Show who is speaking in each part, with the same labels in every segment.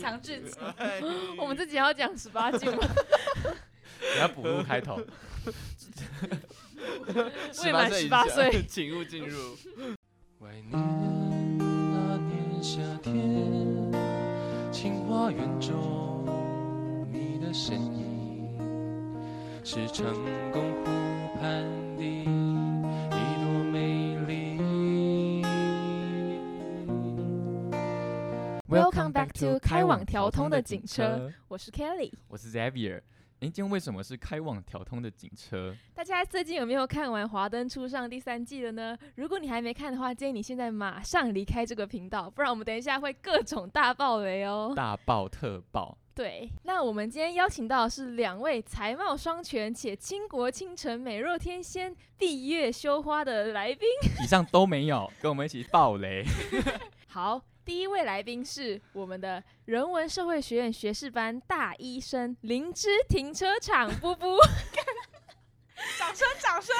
Speaker 1: 强制己。
Speaker 2: 哎
Speaker 1: 我们自己要讲十八禁吗？
Speaker 3: 你要补录开 头。
Speaker 1: 未满
Speaker 2: 以
Speaker 1: 十八
Speaker 2: 下
Speaker 1: 岁，
Speaker 2: 请勿进 入。
Speaker 4: 怀念那年夏天，清华园中你的身影，是成功湖畔的一 朵美丽。
Speaker 1: Welcome back to 开往调通的警车，我是 Kelly。
Speaker 3: 我是 Xavier。哎，今天为什么是开往调通的警车？
Speaker 1: 大家最近有没有看完《华灯初上》第三季了呢？如果你还没看的话，建议你现在马上离开这个频道，不然我们等一下会各种大爆雷哦。
Speaker 3: 大爆特爆！
Speaker 1: 对，那我们今天邀请到的是两位才貌双全且倾国倾城、美若天仙、闭月羞花的来宾。
Speaker 3: 以上都没 有，跟我们一起爆雷。
Speaker 1: 好，第一位来宾是我们的人文社会学院学士班大一生灵芝停车场布布。
Speaker 5: 掌声，掌声！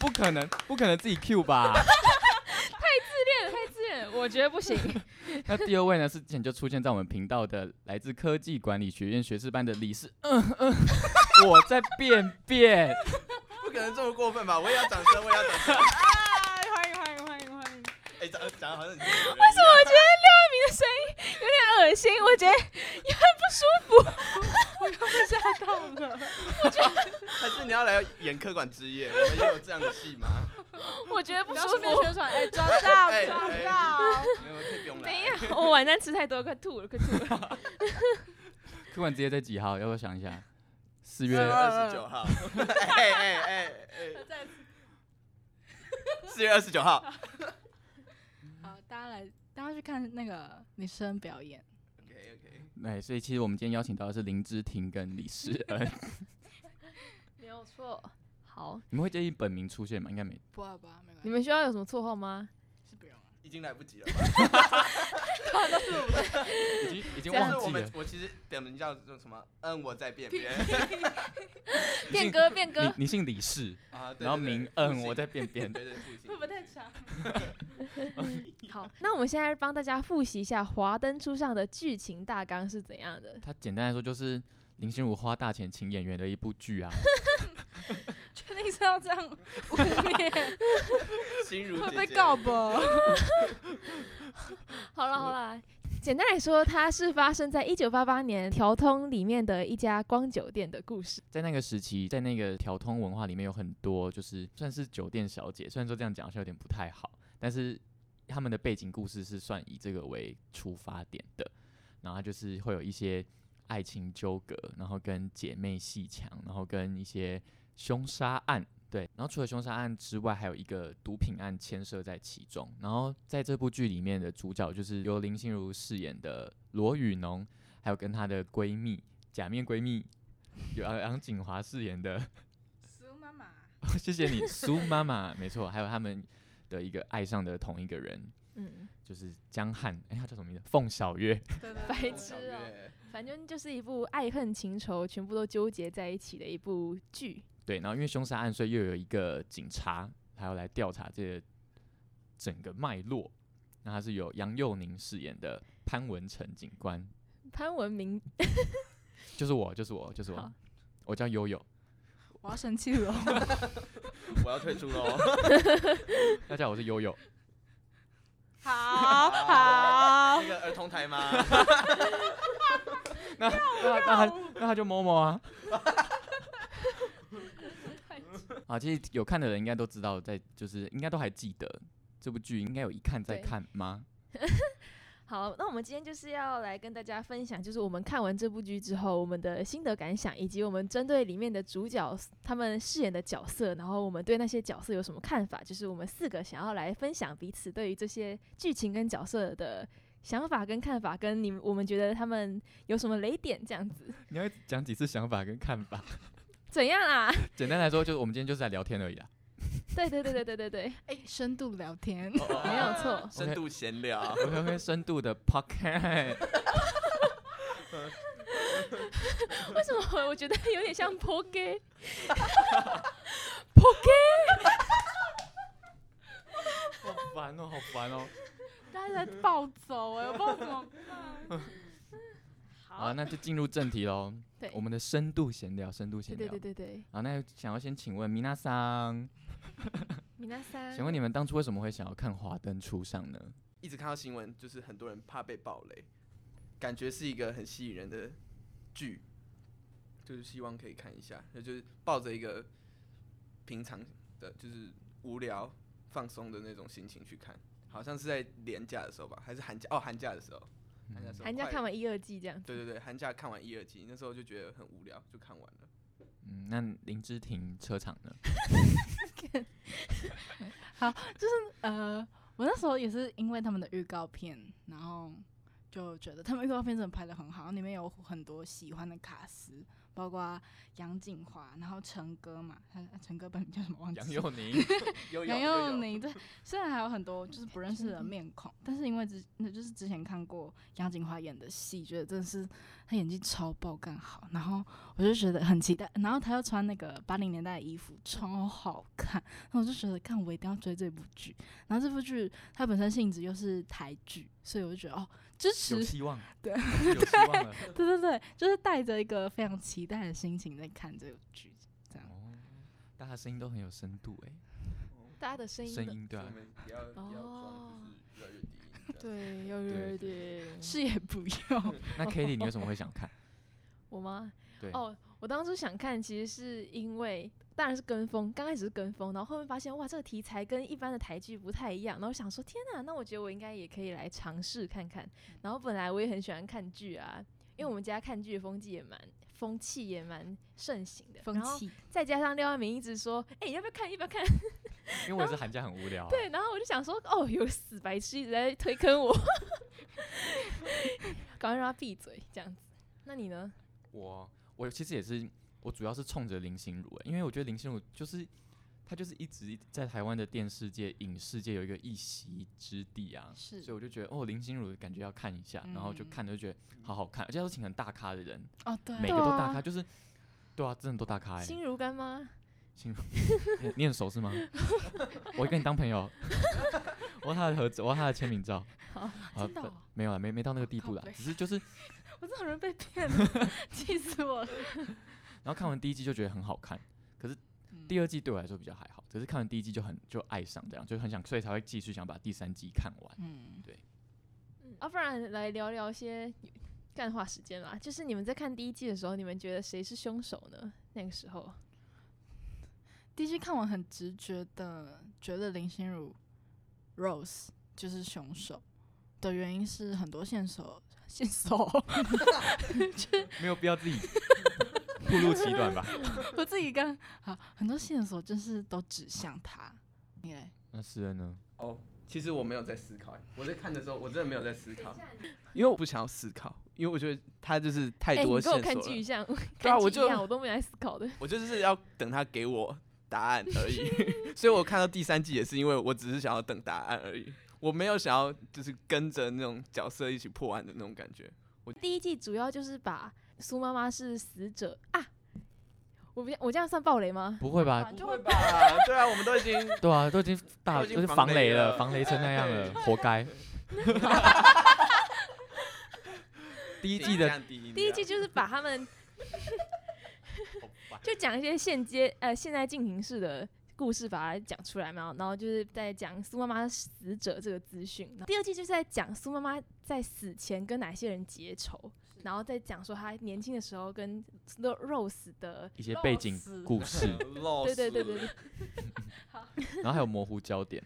Speaker 3: 不可能，不可能自己 Q 吧？
Speaker 1: 太自恋，我觉得不行。
Speaker 3: 那第二位呢？是之前就出现在我们频道的来自科技管理学院学士班的李 世。嗯嗯，我在便便。
Speaker 2: 不可能这么过分吧？我也要掌声，我也要掌声。
Speaker 5: 哎，欢迎，欢迎，欢迎，欢迎！
Speaker 2: 哎，讲讲得好像你为什么？
Speaker 1: 我觉得廖一鸣的声音有点恶心，我觉得也很不舒服。
Speaker 5: 我又被吓到了。
Speaker 2: 还是你要来演科管之夜？我们也有这样的戏吗？
Speaker 1: 我觉得不
Speaker 5: 不
Speaker 1: 舒
Speaker 5: 要
Speaker 1: 服
Speaker 5: 顺。便宣传，哎，抓到，
Speaker 2: 哎
Speaker 5: 抓
Speaker 2: 哎
Speaker 5: 到！
Speaker 2: 没有，可以不用
Speaker 1: 等
Speaker 2: 来
Speaker 1: 一。下， 我晚餐吃太多，快吐了，快吐了。
Speaker 3: Q 完直接在几号？要不要想一下？四
Speaker 2: 四月
Speaker 3: 月
Speaker 2: 二十九号， 哎哎哎哎，四月二十九号，
Speaker 5: 好，大家来，大家去看那个女生表演。
Speaker 2: OK OK，
Speaker 3: 哎，所以其实我们今天邀请到的是林芝婷跟李世 恩。
Speaker 1: 没有错。好，
Speaker 3: 你们会介意本名出现吗？应该没。
Speaker 5: 不啊不啊，没关
Speaker 1: 你们需要有什么绰号吗？
Speaker 5: 是不用了。
Speaker 2: 已经来不及了吧。
Speaker 3: 已经已经
Speaker 2: 但是
Speaker 3: 忘
Speaker 2: 我
Speaker 3: 记了
Speaker 2: 们。我其实本名叫做什么？嗯，我在变变
Speaker 1: 变哥，变哥
Speaker 3: 你，你姓李氏，
Speaker 2: 啊，对
Speaker 3: 然后
Speaker 2: 对对
Speaker 3: 名
Speaker 2: 复
Speaker 3: 嗯
Speaker 2: 姓
Speaker 3: 我在便便。
Speaker 2: 对对复姓，
Speaker 5: 长？
Speaker 1: 好，那我们现在帮大家复习一下《华灯初上》的剧情大纲是怎样的。
Speaker 3: 它简单来说就是林心如花大钱请演员的一部剧啊。
Speaker 5: 确定是要这样 污蔑？
Speaker 2: 心如
Speaker 5: 会
Speaker 2: 姐
Speaker 5: 被
Speaker 2: 姐
Speaker 5: 告吧？
Speaker 1: 好了好了，简单来说，它是发生在一九八八年调通里面的一家光酒店的故事。
Speaker 3: 在那个时期，在那个调通文化里面有很多就是算是酒店小姐，虽然说这样讲好像有点不太好，但是他们的背景故事是算以这个为出发点的，然后就是会有一些爱情纠葛，然后跟姐妹戏强，然后跟一些凶杀案。对，然后除了凶杀案之外，还有一个毒品案牵涉在其中。然后在这部剧里面的主角就是由林心如饰演的罗宇农，还有跟她的闺蜜假面闺蜜有杨杨景华饰演的，
Speaker 5: 苏妈妈，
Speaker 3: 谢谢你，苏妈妈，没错，还有他们的一个爱上的同一个人，
Speaker 1: 嗯，
Speaker 3: 就是江汉，哎、他叫什么名字？凤小月，
Speaker 5: 对对，
Speaker 1: 白
Speaker 2: 小
Speaker 1: 痴
Speaker 2: 月
Speaker 1: 哦、反正就是一部爱恨情仇全部都纠结在一起的一部剧。
Speaker 3: 对，然后因为凶杀案，所以又有一个警察还要来调查这个整个脉络，那他是由杨佑宁饰演的潘文成警官，
Speaker 1: 潘文明，
Speaker 3: 就是我，就是我，就是我
Speaker 1: 好，
Speaker 3: 我叫悠悠，
Speaker 5: 我要生气了。
Speaker 2: 我要退出喽。
Speaker 3: 大家好，我是悠悠，
Speaker 5: 好 好
Speaker 2: 那，个儿童台吗？
Speaker 3: 那他那他
Speaker 1: 哦
Speaker 3: 那他就某某啊。啊，其实有看的人应该都知道在，就是应该都还记得这部剧，应该有一看再
Speaker 1: 对
Speaker 3: 看吗？
Speaker 1: 好，那我们今天就是要来跟大家分享，就是我们看完这部剧之后我们的心得感想，以及我们针对里面的主角他们饰演的角色，然后我们对那些角色有什么看法，就是我们四个想要来分享彼此对于这些剧情跟角色的想法跟看法，跟你们我们觉得他们有什么雷点这样子，
Speaker 3: 你要讲几次想法跟看法？
Speaker 1: 怎样啊？
Speaker 3: 简单来说，就是我们今天就是来聊天而已啦。
Speaker 1: 对对对对对对对，
Speaker 5: 哎，深度 聊天。
Speaker 1: 没有错。
Speaker 2: 深度闲聊。
Speaker 3: 我们会深度的 podcast，
Speaker 1: 为什么我觉得有点像 p o k e
Speaker 3: 好烦哦，好烦哦。哦
Speaker 5: 欸大家在暴走哎、我不知道怎么办。
Speaker 3: 好，那就进入正题喽
Speaker 1: 对。
Speaker 3: 我们的深度闲聊，深度
Speaker 1: 对
Speaker 3: 闲
Speaker 1: 对
Speaker 3: 聊。
Speaker 1: 对对对，
Speaker 3: 好，那想要先请问米娜桑，
Speaker 1: 米娜桑，
Speaker 3: 请问你们当初为什么会想要看《华灯初上》呢？
Speaker 2: 一直看到新闻，就是很多人怕被暴雷，感觉是一个很吸引人的剧，就是希望可以看一下。那就是抱着一个平常的，就是无聊放松的那种心情去看，好像是在年假的时候吧，还是寒假？哦，寒假的时候，寒假的时候
Speaker 1: 寒假
Speaker 2: 快
Speaker 1: 看完一二季这样子，
Speaker 2: 对对对，寒假看完一二集，那时候就觉得很无聊，就看完了。
Speaker 3: 嗯，那林芝婷车厂 呢？
Speaker 5: 呃，我那时候也是因为他们的预告片，然后就觉得他们预告片真的拍的很好，里面有很多喜欢的卡司，包括杨锦华，然后陈哥嘛，他陈哥本名叫什么忘 记
Speaker 3: 杨
Speaker 5: 了。
Speaker 3: 佑宁，
Speaker 2: 有
Speaker 5: 杨
Speaker 2: 有
Speaker 5: 佑宁对，虽然还有很多就是不认识的面孔，但是因为之那就是之前看过杨锦华演的戏，觉得真的是他演技超爆干好，然后我就觉得很期待，然后他又穿那个八零年代的衣服，超好看，然后我就觉得看我一定要追这部剧，然后这部剧它本身性质又是台剧，所以我就觉得哦支
Speaker 3: 有
Speaker 5: 持，
Speaker 3: 希望，
Speaker 5: 对
Speaker 3: 有希望了。
Speaker 5: 对对对，就是带着一个非常期待的心情在看这部剧，这样
Speaker 3: 哦，大家声音都很有深度哎、
Speaker 1: 大家的声音
Speaker 3: 声
Speaker 1: 的
Speaker 3: 音对啊
Speaker 2: 对，我，们不要不要装，
Speaker 1: 哦
Speaker 2: 就是越来越低音这样。
Speaker 1: 对，要有
Speaker 3: 对
Speaker 1: 一点
Speaker 5: 是也不用，
Speaker 3: 那 Kitty 你为什么会想看？
Speaker 1: 我吗？
Speaker 3: 对，
Speaker 1: 哦，我当初想看，其实是因为当然是跟风，刚开始是跟风，然后后面发现哇，这个题材跟一般的台剧不太一样，然后想说天哪，那我觉得我应该也可以来尝试看看。
Speaker 3: 嗯
Speaker 1: 然后本来我也很喜欢看剧啊，因为我们家看剧的风气也蛮风气也蛮盛行的，
Speaker 5: 风
Speaker 1: 然后
Speaker 5: 气
Speaker 1: 再加上廖爱明一直说，哎、你要不要看？要不要看？
Speaker 3: 因为我也是寒假很无聊、啊。
Speaker 1: 对，然后我就想说，哦，有死白痴一直在推坑我， 赶快让他闭嘴，这样子。那你呢？
Speaker 3: 我我其实也是，我主要是冲着林心如、欸，因为我觉得林心如就是她就是一直在台湾的电视界、影视界有一个一席之地啊，
Speaker 5: 是
Speaker 3: 所以我就觉得哦，林心如感觉要看一下，然后就
Speaker 5: 嗯
Speaker 3: 看就觉得好好看，而且都请很大咖的人，
Speaker 5: 哦对，
Speaker 3: 每
Speaker 1: 对
Speaker 3: 个都
Speaker 1: 啊
Speaker 3: 大咖，就是对啊，真的都大咖哎、
Speaker 1: 心如干妈。
Speaker 3: 心如，你 你很熟是吗？我跟你当朋友，我要他的盒子，我要他的签名照，
Speaker 1: 好，
Speaker 3: 好
Speaker 5: 真的哦
Speaker 3: 没有啦，没没到那个地
Speaker 5: 靠
Speaker 3: 步啦，
Speaker 5: 北
Speaker 3: 只是就是
Speaker 5: 我这种人被骗了， 气死我了。
Speaker 3: 然后看完第一季就觉得很好看，可是
Speaker 5: 嗯
Speaker 3: 第二季对我来说比较还好，只是看完第一季就很就爱上这样，就很想，所以才会继续想把第三季看完。
Speaker 5: 嗯，
Speaker 1: 啊，不然来聊聊一些干话时间啦。就是你们在看第一季的时候，你们觉得谁是凶手呢？那个时候，
Speaker 5: 第一季看完很直觉的觉得林心如 Rose 就是凶手的原因是很多线索 线索，
Speaker 3: 没有必要 自己步入其短吧？
Speaker 5: 我自己刚好很多线索就是都指向他。你嘞
Speaker 3: 那诗恩呢？
Speaker 2: 哦，其实我没有在思考，欸我在看的时候我真的没有在思考，因为我不想要思考，因为我觉得他就是太
Speaker 1: 哎你
Speaker 2: 多
Speaker 1: 跟
Speaker 2: 线
Speaker 1: 我
Speaker 2: 索
Speaker 1: 看
Speaker 2: 了。
Speaker 1: 剧 像，
Speaker 2: 对啊
Speaker 1: 看
Speaker 2: 我
Speaker 1: 剧一样，
Speaker 2: 就
Speaker 1: 我都没来思考的。
Speaker 2: 我就是要等他给我答案 而已，所以我看到第三季也是因为我只是想要等答案而已，我没有想要就是跟着那种角色一起破案的那种感觉。
Speaker 1: 第一季主要就是把苏妈妈是死者啊，我不我这样算暴雷吗？
Speaker 3: 不会吧？
Speaker 5: 就
Speaker 2: 不会吧？对啊，我们都已经
Speaker 3: 对啊，都已经大
Speaker 2: 都已
Speaker 3: 就
Speaker 2: 经
Speaker 3: 是
Speaker 2: 防
Speaker 3: 防
Speaker 2: 雷
Speaker 3: 雷了，
Speaker 2: 了
Speaker 3: 防雷成那样 了，活该。第一季的
Speaker 2: 第一
Speaker 1: 第一季就是把他们 就讲一些现阶呃现在进行式的故事，把它讲出来嘛，然后就是在讲苏妈妈死者这个资讯。第二季就是在讲苏妈妈在死前跟哪些人结仇，然后再讲说她年轻的时候跟 Rose 的
Speaker 3: 一些背景故事，
Speaker 1: 对对对对对，
Speaker 3: 然后还有模糊焦点，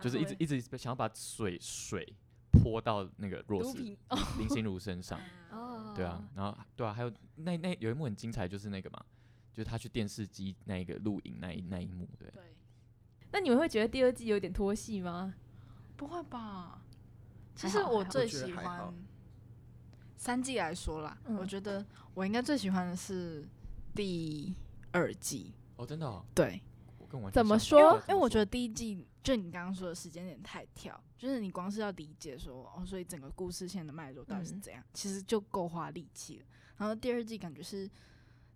Speaker 3: 就是一直
Speaker 1: 啊对
Speaker 3: 一直想要把水水泼到那个弱
Speaker 1: 毒
Speaker 3: 势林
Speaker 1: 品哦
Speaker 3: 林心如身上。
Speaker 1: 哦，
Speaker 3: 对啊，然后对啊，还有那那有一幕很精彩，就是那个嘛，就是他去电视机那一个录影那一那一幕，对，
Speaker 5: 对，
Speaker 1: 那你们会觉得第二季有点拖戏吗？
Speaker 5: 不会吧？其
Speaker 1: 还
Speaker 5: 实
Speaker 1: 好
Speaker 5: 我
Speaker 1: 还好
Speaker 5: 最
Speaker 2: 我觉得
Speaker 5: 喜
Speaker 2: 还
Speaker 5: 欢
Speaker 2: 好
Speaker 5: 三季来说啦，
Speaker 1: 嗯
Speaker 5: 我觉得我应该最喜欢的是第二季。
Speaker 3: 哦，真的、哦，
Speaker 5: 对，
Speaker 3: 我跟我完全
Speaker 1: 怎么
Speaker 3: 相反
Speaker 1: 说
Speaker 3: 对
Speaker 5: 因为我觉
Speaker 3: 得
Speaker 5: 得第一季就你刚刚说的时间点太跳，就是你光是要理解说哦，所以整个故事线的脉络到底是
Speaker 1: 嗯
Speaker 5: 怎样，其实就够花力气了。然后第二季感觉是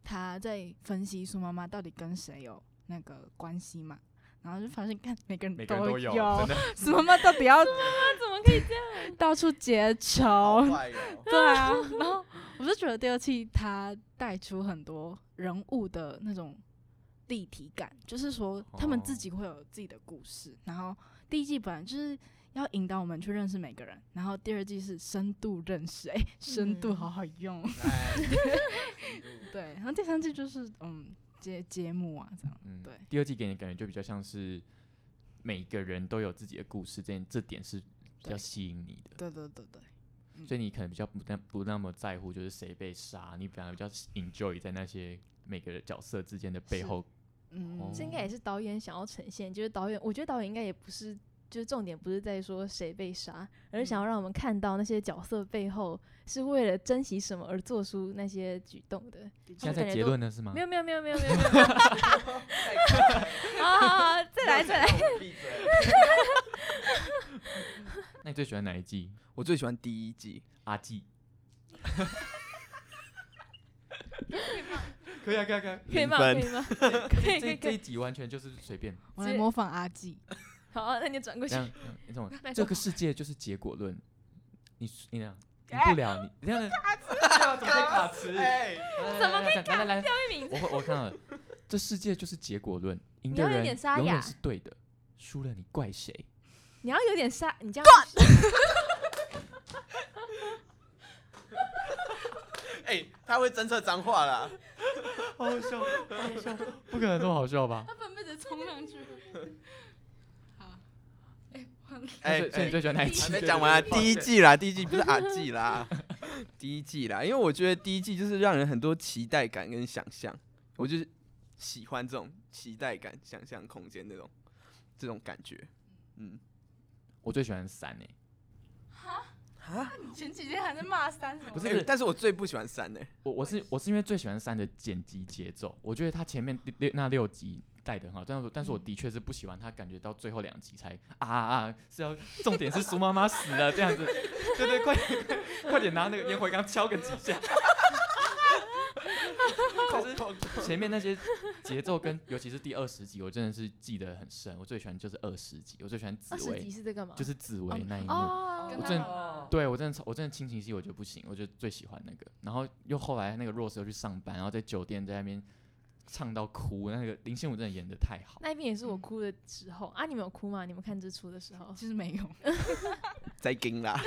Speaker 5: 他在分析苏妈妈到底跟谁有那个关系嘛，然后就发现，看每个人
Speaker 3: 每个人都有，真 的
Speaker 5: 什么嘛，到底要
Speaker 1: 怎么可以这样？
Speaker 5: 到处结
Speaker 2: 好
Speaker 5: 仇？
Speaker 2: 坏 哦，
Speaker 5: 对啊，然后我就觉得第二季它带出很多人物的那种立体感，就是说他们自己会有自己的故事。然后第一季本来就是要引导我们去认识每个人，然后第二季是深度认识， 哎、深度
Speaker 1: 嗯
Speaker 5: 好好用。
Speaker 2: 哎，
Speaker 5: 对，然后第三季就是嗯节节目啊这样。
Speaker 3: 嗯
Speaker 5: 对
Speaker 3: 第二季给你的感觉就比较像是每个人都有自己的故事，这件这点是比较
Speaker 5: 对
Speaker 3: 吸引你的，
Speaker 5: 对对对对，
Speaker 3: 所以你可能比较不那不那么在乎就是谁被杀，你反而比较 enjoy 在那些每个角色之间的背
Speaker 5: 是
Speaker 3: 后。
Speaker 5: 嗯，
Speaker 1: 这应该也是导演想要呈现，就是导演，我觉得导演应该也不是，就是重点不是在说谁被杀，而是想要让我们看到那些角色背后是为了珍惜什么而做出那些举动的。
Speaker 3: 现
Speaker 1: 们
Speaker 3: 在
Speaker 1: 感
Speaker 3: 在
Speaker 1: 觉
Speaker 3: 结
Speaker 1: 都
Speaker 3: 论了是吗？
Speaker 1: 没有没有没有没有没有没有，好好好，再来再来。
Speaker 2: 来，闭嘴。
Speaker 3: 那你最喜欢哪一季？
Speaker 2: 我最喜欢第一季，
Speaker 3: 阿季。
Speaker 2: 可以啊，可以啊，可以
Speaker 1: 可
Speaker 2: 啊。
Speaker 1: 以吗？可以 吗？可以可
Speaker 3: 这
Speaker 1: 以可
Speaker 3: 这一
Speaker 1: 以。
Speaker 3: 集完全就是随便，
Speaker 5: 我来模仿阿纪，
Speaker 1: 好，那你转过去
Speaker 3: 这。样嗯你懂吗？
Speaker 1: 那
Speaker 3: 这
Speaker 1: 就
Speaker 3: 个世界就是结果论，你你俩赢不了你，你这样的怎么可以卡词？
Speaker 2: 哎，
Speaker 3: 怎么可以卡？来来来，我会我看到了，这世界就是结果论，赢
Speaker 1: 你
Speaker 3: 的
Speaker 1: 要有
Speaker 3: 人
Speaker 1: 点沙
Speaker 3: 永远
Speaker 1: 哑
Speaker 3: 是对的，输了你怪谁？
Speaker 1: 你要有点杀，你这样
Speaker 2: 哎，他会侦测脏话啦。
Speaker 3: 好好笑，好好笑，不可能这么好笑吧？
Speaker 5: 他本被子冲上去。好，哎，换
Speaker 2: 哎
Speaker 3: 所以所以你最喜欢哪一
Speaker 2: 还
Speaker 3: 集？
Speaker 2: 没讲完啊，第一季啦，第一季不是啊季 啦，第一季啦，因为我觉得第一季就是让人很多期待感跟想象，我就是喜欢这种期待感、想象空间那种这种感觉。嗯，
Speaker 3: 我最喜欢三欸诶，
Speaker 5: 前几天还在骂三什么
Speaker 3: 不是
Speaker 2: 哎但是我最不喜欢三呢、
Speaker 3: 我我是我是因为最喜欢三的剪辑节奏，我觉得他前面六六那六集带的很好，但是但是我的确是不喜欢他，感觉到最后两集才啊啊啊是要重点是苏妈妈死了这样子， 对对，快点 快快点拿那个烟灰缸敲个几下。就是前面那些节奏跟，尤其是第二十集，我真的是记得很深。我最喜欢就是二十集，我最喜欢紫
Speaker 1: 二十集
Speaker 3: 薇，
Speaker 1: 是在干嘛？
Speaker 3: 就是紫薇那一幕。
Speaker 1: 哦，
Speaker 5: 跟
Speaker 3: 我
Speaker 5: 他
Speaker 3: 真
Speaker 5: 妈
Speaker 3: 对我真的超，我真的亲情戏我觉得不行，我就最喜欢那个。然后又后来那个 Rose 又去上班，然后在酒店在那边唱到哭，那个林心如真的演的太好。
Speaker 1: 那一边也是我哭的时候啊！你们有哭吗？你们看日出的时候
Speaker 5: 其实没有，
Speaker 2: 再跟啦，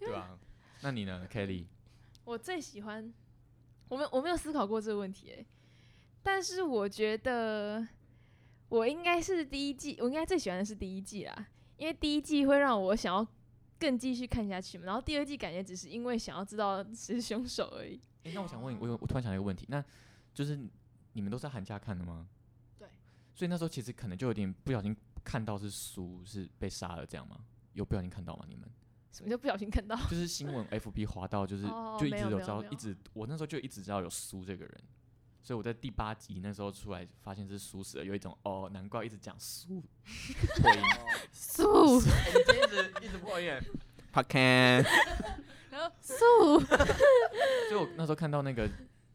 Speaker 3: 对啊， 那你呢，Kelly？
Speaker 1: 我最喜欢，我没我没有思考过这个问题、欸，但是我觉得我应该是第一季，我应该最喜欢的是第一季啦，因为第一季会让我想要更继续看下去嘛，然后第二季感觉只是因为想要知道谁是凶手而已。
Speaker 3: 诶，那我想问你，我有我突然想到一个问题，那就是你们都是寒假看的吗？
Speaker 5: 对。
Speaker 3: 所以那时候其实可能就有点不小心看到是苏是被杀了这样吗？有不小心看到吗？你们？
Speaker 1: 什么叫不小心看到？
Speaker 3: 就是新闻 FB 滑到，就是、
Speaker 1: 哦
Speaker 3: 就一
Speaker 1: 没
Speaker 3: 直
Speaker 1: 有没
Speaker 3: 知
Speaker 1: 有
Speaker 3: 道
Speaker 1: 没，有
Speaker 3: 一直我那时候就一直知道有苏这个人，所以我在第八集那时候出来发现是苏死了，有一种哦，难怪一直讲 苏破音，
Speaker 1: 素
Speaker 2: 一直一直破音。p o c a s
Speaker 5: 然后
Speaker 1: 素，
Speaker 3: 所以我那时候看到那个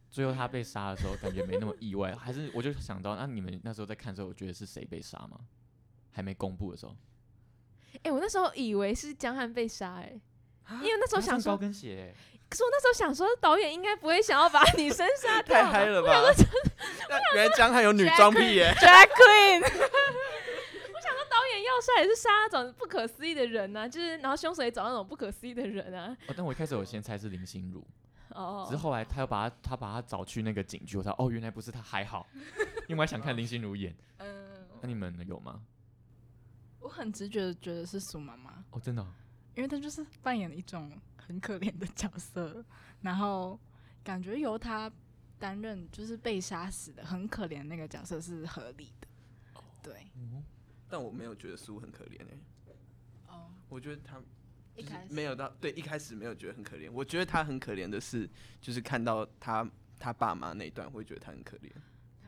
Speaker 3: 最后他被杀的时候，感觉没那么意外，还是我就想到，那你们那时候在看的时候，我觉得是谁被杀吗？还没公布的时候，
Speaker 1: 哎、我那时候以为是江汉被杀，哎，因为那时候
Speaker 3: 他穿
Speaker 1: 想
Speaker 3: 啊
Speaker 1: 说，
Speaker 3: 高跟鞋欸、
Speaker 1: 可是我那时候想说，导演应该不会想要把女生杀掉吧，
Speaker 2: 太嗨了吧！那原来江汉有女装癖耶、
Speaker 5: Drag Queen，
Speaker 1: 导演要杀也是杀那种不可思议的人呐、就是然后凶手也找那种不可思议的人啊。
Speaker 3: 哦，但我一开始我先猜是林心如，
Speaker 1: 哦
Speaker 3: 只是，后来他又把他他把他找去那个警局，我才哦原来不是他，还好，因为我还想看林心 如演。
Speaker 5: 嗯，
Speaker 3: 那你们有吗？
Speaker 5: 我很直觉的觉得是苏妈妈，
Speaker 3: 哦，真的哦、
Speaker 5: 因为她就是扮演了一种很可怜的角色，然后感觉由她担任就是被杀死的很可怜那个角色是合理的，
Speaker 3: 哦
Speaker 5: 对，
Speaker 2: 但我没有觉得苏很可怜哎、
Speaker 5: 哦，
Speaker 2: 我觉得他
Speaker 5: 一
Speaker 2: 就是
Speaker 5: 开始
Speaker 2: 没有到对一开始没有觉得很可怜，我觉得他很可怜的是，就是看到他他爸妈那一段，会觉得他很可怜。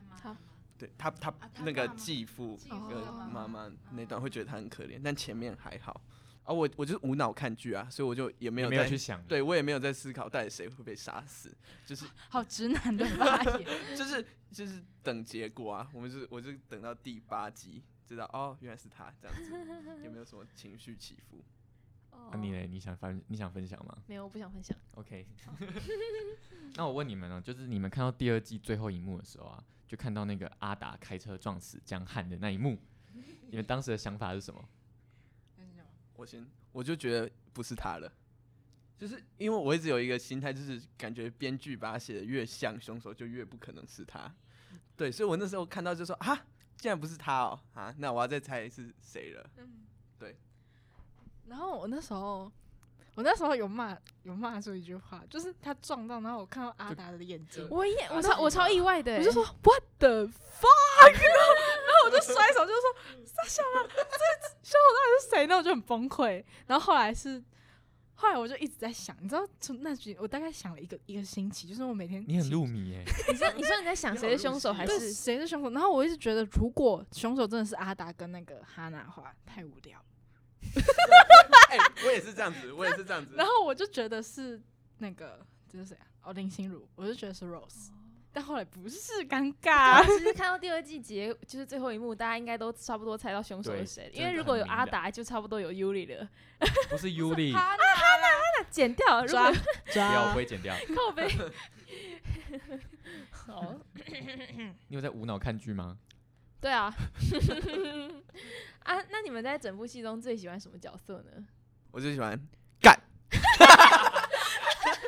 Speaker 1: 好，
Speaker 2: 对他他
Speaker 5: 啊他
Speaker 2: 那个
Speaker 5: 爸妈嗯
Speaker 2: 继父
Speaker 5: 继
Speaker 1: 父
Speaker 2: 跟
Speaker 1: 妈
Speaker 2: 妈妈那段，会觉得他很可怜，但前面还好。啊，我我就是无脑看剧啊，所以我就也没
Speaker 3: 也
Speaker 2: 有
Speaker 3: 没有
Speaker 2: 在
Speaker 3: 去想，，
Speaker 2: 对我也没有在思考到底谁会被杀死，就是
Speaker 5: 好直男的发言，
Speaker 2: 就是就是等结果啊，我们就是我就等到第八集知道哦，原来是他这样子，有没有什么情绪起伏？
Speaker 1: 哦
Speaker 3: 啊那你呢？你想分你想分享吗
Speaker 1: 没有，我不想分享。
Speaker 3: ？OK，那我问你们哦，就是你们看到第二季最后一幕的时候啊，就看到那个阿达开车撞死江汉的那一 幕，你们当时的想法是什么？
Speaker 2: 我先我就觉得不是他了，就是因为我一直有一个心态，就是感觉编剧把他写的越像凶手，就越不可能是他。对，所以我那时候看到就说啊，竟然不是他哦，啊，那我要再猜是谁了。
Speaker 5: 然后我那时候，我那时候有骂有骂出一句话，就是他撞到，然后我看到阿达的眼睛，
Speaker 1: 我也，我
Speaker 5: 那
Speaker 1: 超我超意外的，
Speaker 5: 啊
Speaker 1: 欸
Speaker 5: 我就说 What the fuck！然后我就摔手，就说傻笑啊，这凶手到底是谁？然后我就很崩溃。然后后来是，后来我就一直在想，你知道，从那局我大概想了一个一个星期，就是我每天
Speaker 3: 你很
Speaker 5: 起
Speaker 3: 入迷耶、
Speaker 1: 你说你说你在想谁是凶手还
Speaker 5: 对
Speaker 1: 是？
Speaker 5: 谁是凶手？然后我一直觉得，如果凶手真的是阿达跟那个哈娜的话，太无聊。
Speaker 2: 哎、我也是这样子，我也是这样子。
Speaker 5: 然后我就觉得是那个这是谁啊？哦，林心如，我就觉得是 Rose，但后来不是，尴尬。
Speaker 1: 其实看到第二季结，就是最后一幕，大家应该都差不多猜到凶手是
Speaker 3: 对
Speaker 1: 谁了，
Speaker 3: 真
Speaker 1: 因为
Speaker 3: 的
Speaker 1: 如果
Speaker 3: 很嗯
Speaker 1: 有
Speaker 3: 明
Speaker 1: 阿
Speaker 3: 了
Speaker 1: 达，就差不多有 Yuri 了。
Speaker 3: 不是 Yuli，
Speaker 1: 那剪掉，如果
Speaker 5: 抓
Speaker 3: 不要
Speaker 5: 抓
Speaker 3: 不，会剪掉。
Speaker 1: 靠 背。好，
Speaker 3: 你有在无脑看剧吗？
Speaker 1: 对啊， 啊，那你们在整部戏中最喜欢什么角色呢？
Speaker 2: 我最喜欢干。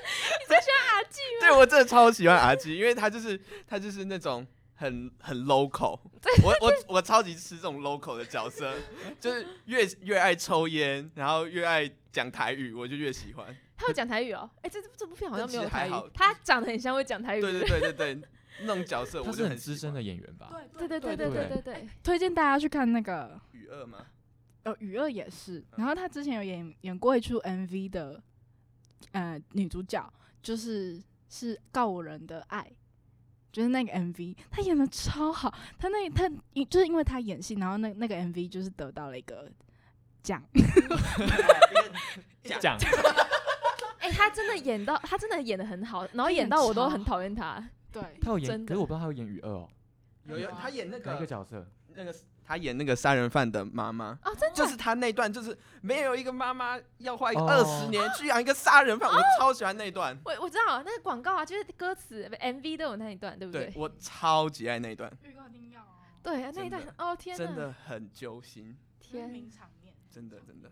Speaker 2: 你最喜欢 R G 吗？对，我真的超喜欢 R G，因为他就是他就是那种很很 local，我我我超级吃这种 local 的角色，就是越越爱抽烟，然后越爱讲台语，我就越喜欢。
Speaker 1: 他有讲台语哦，哎、这这部片好像没有
Speaker 2: 呃但
Speaker 1: 台
Speaker 2: 其实还
Speaker 1: 语
Speaker 2: 好，
Speaker 1: 他长得很像会讲台语
Speaker 2: 对
Speaker 1: 的
Speaker 2: 对
Speaker 1: 人。
Speaker 2: 对对对，那种角色我
Speaker 3: 他
Speaker 2: 就是很
Speaker 3: 很资深的演员吧？
Speaker 1: 对对对对对对对，
Speaker 5: 推荐大家去看那个
Speaker 2: 雨二 嘛，
Speaker 5: 呃《雨二》也是，然后他之前有演演过一出 MV 的呃女主角，就是是告五人的爱。就是那个 MV，她演的超好。她那她因就是因为她演戏，然后那那个 MV 就是得到了一个奖，
Speaker 3: 讲
Speaker 1: 哎、他真的演到，他真的演的很好，然后
Speaker 5: 他
Speaker 1: 演
Speaker 5: 演
Speaker 1: 到我都
Speaker 5: 超
Speaker 1: 很
Speaker 5: 好
Speaker 1: 讨厌他。
Speaker 5: 对，
Speaker 3: 他有
Speaker 1: 真
Speaker 3: 演，
Speaker 1: 的
Speaker 3: 可是我不知道他有演雨二哦，
Speaker 2: 有有他演那
Speaker 3: 哪一个
Speaker 2: 个
Speaker 3: 角色？
Speaker 2: 那个他演那个杀人犯的妈妈。
Speaker 1: 哦，真的
Speaker 2: 就是他那段，就是没有一个妈妈要花一个二
Speaker 3: 哦
Speaker 2: 十年去养一个杀人犯，我超喜欢那一段，
Speaker 1: 我我知道那个广告啊，就是歌词不 MV 都有那一段，对不
Speaker 2: 对
Speaker 1: 对？
Speaker 2: 我超级爱那一段，
Speaker 5: 预告一定要、哦，
Speaker 1: 对，啊，那一
Speaker 2: 真
Speaker 1: 段
Speaker 2: 的
Speaker 1: 哦天
Speaker 2: 真
Speaker 1: 哪
Speaker 2: 的很揪心，
Speaker 1: 天，
Speaker 5: 场面。
Speaker 2: 真的真的。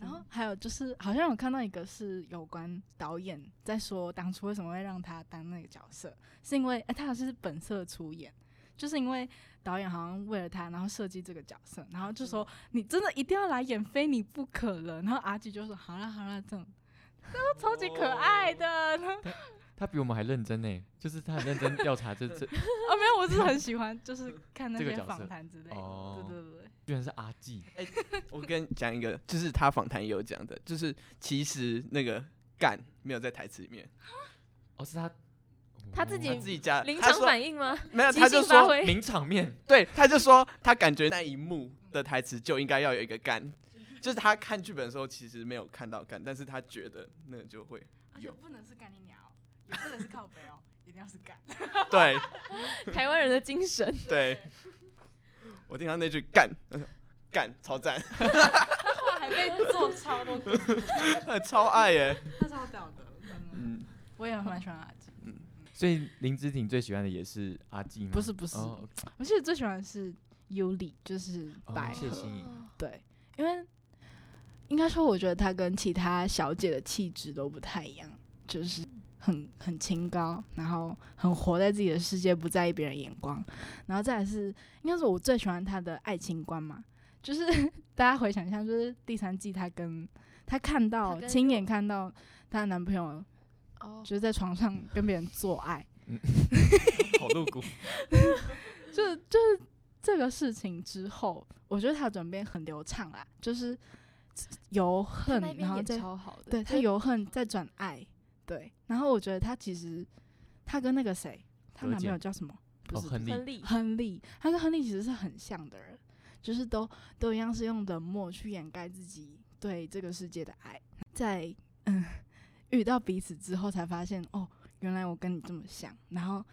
Speaker 5: 然
Speaker 3: 嗯
Speaker 5: 后还有就是，好像有看到一个是有关导演在说当初为什么会让他当那个角色，是因为、呃、他好像是本色出演，就是因为导演好像为了他，然后设计这个角色，然后就说你真的一定要来演，非你不可了。然后阿吉就说好啦好啦，这样，
Speaker 3: 哦
Speaker 5: 然后超级可 爱的。然后
Speaker 3: 他比我们还认真呢，就是他很认真调查这这，
Speaker 5: 啊没有，我是很喜欢，就是看那
Speaker 3: 这个
Speaker 5: 些
Speaker 3: 角色
Speaker 5: 访谈之类的。
Speaker 3: 哦
Speaker 5: 对对对，
Speaker 3: 居然是阿纪，
Speaker 2: 我跟你讲一个，就是他访谈也有讲的，就是其实那个干没有在台词里面，
Speaker 3: 哦是他，
Speaker 1: 他自
Speaker 2: 他
Speaker 1: 己
Speaker 2: 自己加，
Speaker 1: 临
Speaker 2: 他
Speaker 1: 场
Speaker 2: 说
Speaker 1: 反应吗？
Speaker 2: 没有，
Speaker 1: 即
Speaker 2: 他就
Speaker 1: 兴发
Speaker 2: 说，
Speaker 1: 挥，
Speaker 3: 名场面，
Speaker 2: 对，他就说他感觉那一幕的台词就应该要有一个干，就是他看剧本的时候其实没有看到干，但是他觉得那就会
Speaker 5: 而
Speaker 2: 且有
Speaker 5: 啊不能是干你 鸟，也不能是靠背哦，一定要是干。
Speaker 2: 对。
Speaker 1: 台湾人的精神。
Speaker 2: 对， 我听到那句“干”，我说干超赞，
Speaker 5: 话还被做超多
Speaker 2: 超爱耶。
Speaker 5: 他超屌的，真的。
Speaker 2: 嗯，
Speaker 5: 我也蛮喜欢阿吉。
Speaker 3: 所以林志婷最喜欢的也是阿纪吗？
Speaker 5: 不是不是
Speaker 3: 哦
Speaker 5: 我其实最喜欢的是尤里，就是百
Speaker 3: 哦
Speaker 5: 合。
Speaker 3: 谢欣怡
Speaker 5: 对，因为应该说，我觉得她跟其他小姐的气质都不太一样，就是很很清高，然后很活在自己的世界，不在意别人眼光。然后再来是，应该是我最喜欢她的爱情观嘛， 就是大家回想一下，就是第三季她跟她看到
Speaker 1: 她跟
Speaker 5: 亲眼看到她的男朋友
Speaker 1: 哦，
Speaker 5: 就是在床上跟别人做爱，
Speaker 3: 好露骨，
Speaker 5: 就就是这个事情之后，我觉得他转变很流畅啦，就是由
Speaker 1: 他
Speaker 5: 恨
Speaker 1: 那，
Speaker 5: 然
Speaker 1: 边
Speaker 5: 后
Speaker 1: 演
Speaker 5: 再
Speaker 1: 超好的，
Speaker 5: 对他由恨再转爱，对，然后我觉得他其实他跟那个谁，他
Speaker 3: 何
Speaker 5: 男朋
Speaker 3: 洁
Speaker 5: 友叫什么？不
Speaker 3: 哦
Speaker 5: 是
Speaker 3: 亨利
Speaker 1: 亨利
Speaker 5: 亨利，他跟亨利其实是很像的人，就是都都一样是用冷漠去掩盖自己对这个世界的爱，在嗯遇到彼此之后才发现，哦，原来我跟你这么像，然后。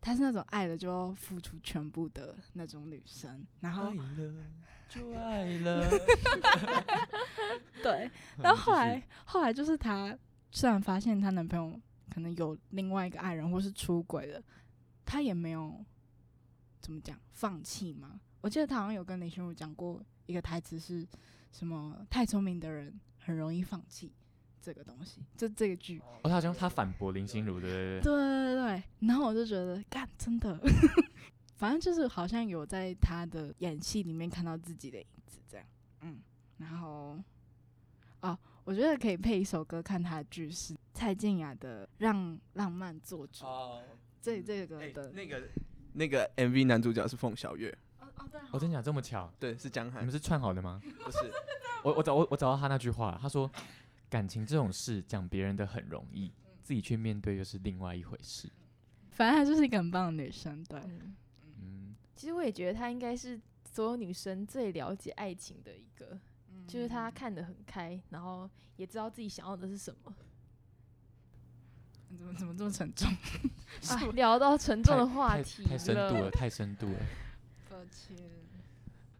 Speaker 5: 她是那种爱了就要付出全部的那种女生，然
Speaker 4: 哎
Speaker 5: 后
Speaker 3: 了就爱了。
Speaker 5: 对，然后后来后来就是她虽然发现她男朋友可能有另外一个爱人或是出轨了，她也没有怎么讲放弃嘛。我记得她好像有跟林心如讲过一个台词是什么“太聪明的人很容易放弃”这个东西，这这个句。
Speaker 3: 哦，他好像他反驳林心如，对对对，
Speaker 5: 对对对， 然后我就觉得，干，真的， 反正就是好像有在他的演戏里面看到自己的影子这样，嗯，然后，哦，我觉得可以配一首歌看他的剧是蔡健雅的《让浪漫做主》，
Speaker 2: 哦，
Speaker 5: 这这个
Speaker 2: 哎
Speaker 5: 的，
Speaker 2: 那个那个 MV 男主角是凤小岳，
Speaker 5: 哦哦对，
Speaker 3: 哦，真假这么巧？
Speaker 2: 对，是江
Speaker 3: 你
Speaker 2: 汉
Speaker 3: 们，是串好的吗？
Speaker 2: 不是，
Speaker 3: 我我找我我找到他那句话了，他说感情这种事讲别人的很容易，自己去面对又是另外一回事。
Speaker 5: 反正她就是一个很棒的女生，对，
Speaker 1: 嗯，
Speaker 3: 嗯，
Speaker 1: 其实我也觉得她应该是所有女生最了解爱情的一个，
Speaker 5: 嗯
Speaker 1: 就是她看得很开，然后也知道自己想要的是什么。
Speaker 5: 嗯怎么怎么这么沉重， 是
Speaker 1: 啊
Speaker 5: 我，
Speaker 1: 聊到沉重的话
Speaker 3: 太
Speaker 1: 题
Speaker 3: 太深度了，太 深度了。
Speaker 5: 抱歉，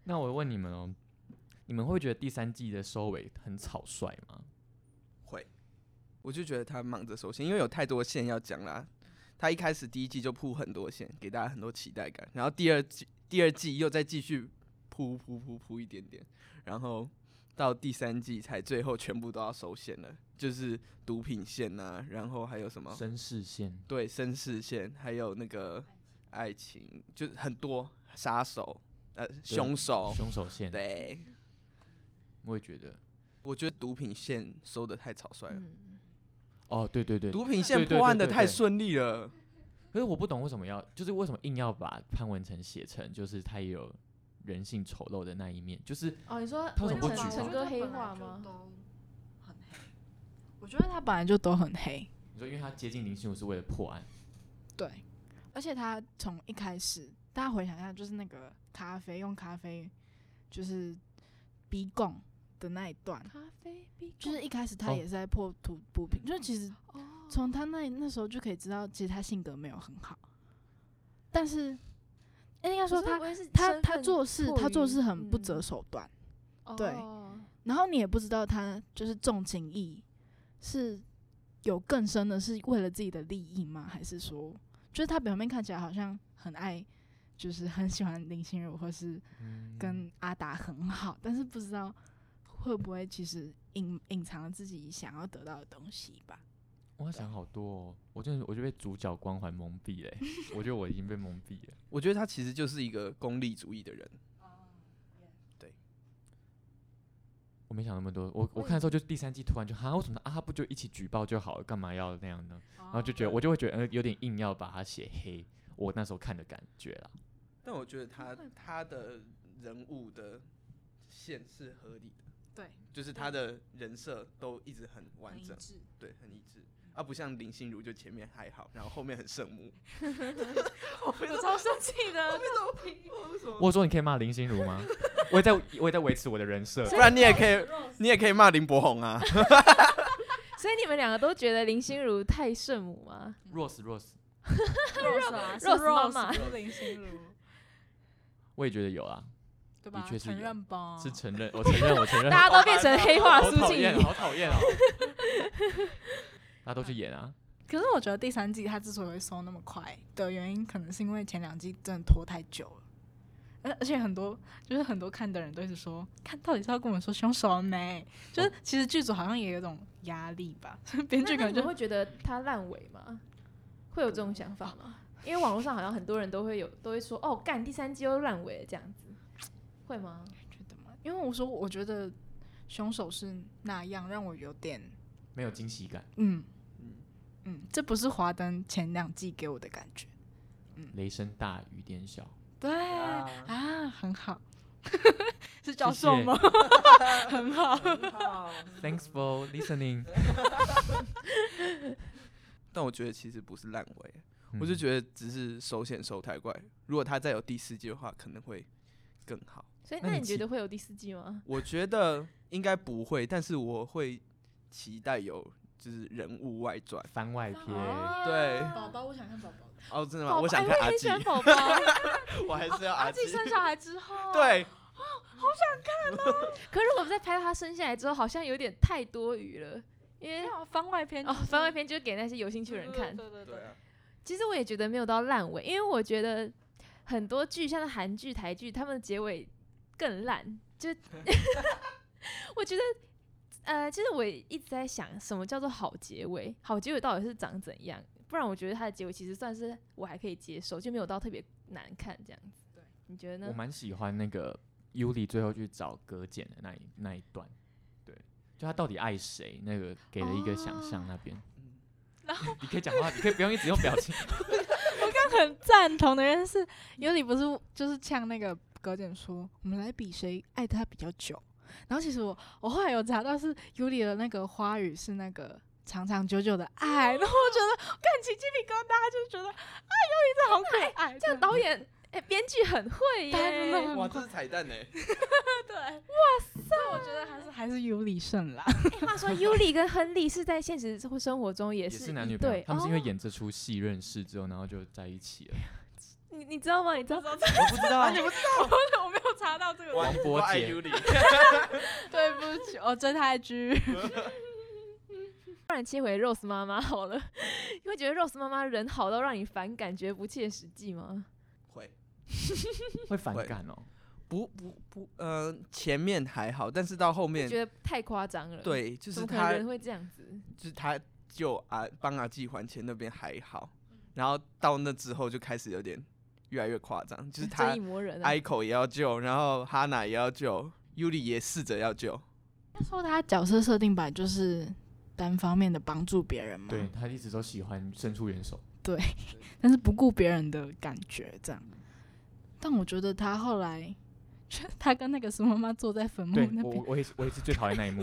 Speaker 3: 那我问你们哦，你们会觉得第三季的收尾很草率吗？
Speaker 2: 会，我就觉得他忙着收线，因为有太多线要讲啦。他一开始第一季就铺很多线，给大家很多期待感，然后第二季第二季又再继续铺铺铺铺一点点，然后到第三季才最后全部都要收线了，就是毒品线呐、然后还有
Speaker 5: 哦
Speaker 2: 什么
Speaker 3: 绅士线，
Speaker 2: 对绅士线，还有那个爱情，就是很多杀手呃凶
Speaker 5: 哦
Speaker 2: 手，
Speaker 3: 凶手线，
Speaker 2: 对，
Speaker 3: 我也觉得。
Speaker 2: 我觉得毒品线收的太草率了，
Speaker 1: 嗯，
Speaker 3: 哦，对对对，
Speaker 2: 毒品
Speaker 3: 对
Speaker 2: 线
Speaker 3: 对
Speaker 2: 破案
Speaker 3: 对
Speaker 2: 的
Speaker 3: 对
Speaker 2: 太
Speaker 3: 对
Speaker 2: 顺利了。
Speaker 3: 可是我不懂为什么要，就是为什么硬要把潘文成写成就是他也有人性丑陋的那一面，就是
Speaker 1: 哦，你说
Speaker 3: 他为什
Speaker 1: 文
Speaker 3: 么不
Speaker 1: 成
Speaker 3: 举报
Speaker 1: 成哥黑化吗？
Speaker 5: 很黑，我觉得她本来就都很黑，
Speaker 3: 你说因为他接近林心如是为了破案，
Speaker 5: 对，而且他从一开始，大家回想一下，就是那个咖啡用咖啡就是逼供的那一段，
Speaker 1: 咖啡逼
Speaker 5: 就
Speaker 1: 供
Speaker 5: 是一开始他
Speaker 3: 哦
Speaker 5: 也是在破土补品，就是其实
Speaker 1: 嗯哦，
Speaker 5: 从他那那时候就可以知道，其实他性格没有很好，但是应该
Speaker 1: 可
Speaker 5: 说
Speaker 1: 是会
Speaker 5: 他
Speaker 1: 不会是
Speaker 5: 他
Speaker 1: 身
Speaker 5: 他
Speaker 1: 份
Speaker 5: 做事他
Speaker 1: 迫
Speaker 5: 做
Speaker 1: 于
Speaker 5: 事很不
Speaker 1: 嗯
Speaker 5: 择手段，对
Speaker 1: 哦
Speaker 5: 然后你也不知道他就是重情义是有更深的，是为了自己的利益吗？还是说，就是他表面看起来好像很爱，就是很喜欢林心如，或是
Speaker 3: 嗯
Speaker 5: 跟阿达很好，但是不知道会不会其实隐隐藏了自己想要得到的东西吧？
Speaker 3: 我要想好多哦，我真的我就被主角光环蒙蔽嘞、我觉得我已经被蒙蔽了。
Speaker 2: 我觉得他其实就是一个功利主义的人，
Speaker 3: 我没想那么多，我我看的时候就第三季突然就哈，为什么啊他不就一起举报就好了，干嘛要那样呢？然
Speaker 1: 哦
Speaker 3: 后就觉得我就会觉得呃有点硬要把它写黑，我那时候看的感觉啦。
Speaker 2: 但我觉得他他的人物的线是合理的，
Speaker 5: 对，
Speaker 2: 就是他的人设都一直很完整，
Speaker 5: 致。
Speaker 2: 对，很一致。啊，不像林心如，就前面还好，然后后面很圣母。
Speaker 1: 我超生气 的，
Speaker 3: 我说你可以骂林心如吗？我也在我也在维持我的人设，
Speaker 2: 不然你也可以，你也可以骂林柏宏啊。
Speaker 1: 所以你们两个都觉得林心如太圣母 吗？
Speaker 3: Rose Rose，
Speaker 5: Rose 啊
Speaker 1: 是 Rose 妈妈 Rose，
Speaker 5: 是林心如，
Speaker 3: 我也觉得有啊，
Speaker 5: 对
Speaker 3: 吧的确是承有认
Speaker 5: 吧
Speaker 3: 是承认，我承认，我承认，
Speaker 1: 大家都变成黑化
Speaker 3: 哦好
Speaker 1: 苏
Speaker 3: 讨
Speaker 1: 静
Speaker 3: 厌，
Speaker 1: 怡。
Speaker 3: 好讨厌哦。大家都去演啊，
Speaker 5: 可是我觉得第三季它之所以会收那么快的原因，可能是因为前两季真的拖太久了，而而且很多就是很多看的人都一直说，看到底是要跟我们说凶手了没？就是其实剧组好像也有一种压力吧， 编
Speaker 1: 那那
Speaker 5: 剧可能
Speaker 1: 你们
Speaker 5: 就
Speaker 1: 会觉得他烂尾吗？会有这种想法吗？因为网络上好像很多人都会有都会说，哦，干第三季又烂尾了这样子，会吗？
Speaker 5: 觉得嘛，因为我说我觉得凶手是那样，让我有点
Speaker 3: 没有惊喜感，
Speaker 2: 嗯
Speaker 5: 嗯嗯，这不是华灯前两季给我的感觉，
Speaker 3: 雷声大雨点小。
Speaker 5: 对啊
Speaker 2: 啊
Speaker 5: 很好， 是
Speaker 3: 教
Speaker 5: 教
Speaker 3: 授
Speaker 5: 授
Speaker 3: 吗
Speaker 5: 吗？ 很好。
Speaker 3: Thanks for listening
Speaker 2: 但我觉得其实不是烂尾，
Speaker 3: 嗯。
Speaker 2: 我就觉得只是收线收太快。如果他再有第四季的话，可能会更好。
Speaker 1: 所以
Speaker 3: 那
Speaker 1: 那
Speaker 3: 你
Speaker 1: 你觉
Speaker 3: 期
Speaker 1: 得会有第四季吗？
Speaker 2: 我觉得应该不会，但是我会期待有就是人物外传。
Speaker 3: 番外篇，
Speaker 1: 哦
Speaker 2: 对
Speaker 5: 宝宝，我想看宝宝。
Speaker 2: 哦，真的
Speaker 1: 宝啊
Speaker 2: 吗？
Speaker 1: 宝，
Speaker 2: 我想
Speaker 1: 哎
Speaker 2: 看
Speaker 1: 我
Speaker 2: 阿
Speaker 1: 也很
Speaker 2: 基
Speaker 1: 喜，欢 宝宝。
Speaker 2: 我还是要
Speaker 1: 阿
Speaker 2: 基
Speaker 1: 纪。生小孩之后，。
Speaker 2: 对，
Speaker 1: 可是我在拍到他生下来之后，好像有点太多余了，因为
Speaker 5: 有番外篇
Speaker 1: 哦，
Speaker 5: 就是
Speaker 1: 番外篇就给那些有兴趣的人看。
Speaker 5: 对对对
Speaker 2: 对啊，
Speaker 1: 其实我也觉得没有到烂尾，因为我觉得很多剧，像是韩剧、台剧，他们的结尾更烂。 就我觉得，呃，其实我也一直在想，什么叫做好结尾？好结尾到底是长怎样？不然我觉得它的结尾其实算是我还可以接受，就没有到特别难看这样子。
Speaker 5: 对，
Speaker 1: 你觉得
Speaker 3: 我
Speaker 1: 呢？
Speaker 3: 蛮喜欢那个尤里最后去找葛简的那一那一段，对，就他到底爱谁，那个给了一个想
Speaker 1: 哦
Speaker 3: 象那边。
Speaker 2: 嗯
Speaker 5: 然
Speaker 3: 后你可以讲话，你可以不用一直用 表情。
Speaker 5: 刚很赞同的人是尤里，不是就是呛那个葛简说，我们来比谁爱他比较久。然后其实我我后来有查到是尤里的那个花语是那个长长久久的爱，然后我觉得看起鸡皮疙瘩，就觉得啊尤里这好可爱，这
Speaker 1: 这
Speaker 5: 样
Speaker 1: 个导演，哎、编剧很会
Speaker 5: 当然了
Speaker 1: 耶。
Speaker 2: 哇，这是彩蛋呢。
Speaker 1: 嗯对，
Speaker 5: 我觉得还是还是尤里胜啦。
Speaker 1: 话说 Yuli 跟亨利是在现实生活中也
Speaker 3: 也
Speaker 1: 是
Speaker 3: 是男女朋
Speaker 1: 对
Speaker 3: 友，，他们是因为
Speaker 1: 哦
Speaker 3: 演这出戏认识之后，然后就在一起了。
Speaker 1: 你你知道吗？你知道
Speaker 3: 我不知道啊，
Speaker 5: 我没有查到这个
Speaker 2: 王
Speaker 3: 伯
Speaker 2: 爱
Speaker 3: 杰
Speaker 2: 尤里，
Speaker 5: 对不起，我真太剧。
Speaker 1: 不然切回 Rose 妈妈 好了，你会觉得 Rose 妈妈人好到让你反感，觉得不切实际吗？
Speaker 2: 嗯会
Speaker 3: 会反
Speaker 2: 会
Speaker 3: 感哦。
Speaker 2: 不不不，呃，前面还好，但是到后面，
Speaker 1: 觉得太夸张了。，
Speaker 2: 对，就
Speaker 1: 怎
Speaker 2: 是
Speaker 1: 么可能
Speaker 2: 他
Speaker 1: 人会这样子？
Speaker 2: 就是他就啊帮阿纪还钱那边还好，然后到那之后就开始有点越来越夸张， 就是哎
Speaker 1: 正
Speaker 2: 他
Speaker 1: 义魔人啊！
Speaker 2: 艾口也要救，然后哈娜也要救，尤里也试着要救，
Speaker 5: 他说 他角色设定版就是单方面的帮助别人嘛，
Speaker 3: 对他一直都喜欢伸出援手，
Speaker 5: 但是不顾别人的感觉这样。但我觉得他后来， 就他跟那个苏妈妈坐在
Speaker 1: 嗯
Speaker 5: 坟墓
Speaker 3: 对
Speaker 5: 那
Speaker 3: 我
Speaker 5: 边
Speaker 3: 我，我也是我也是最讨厌那一 幕。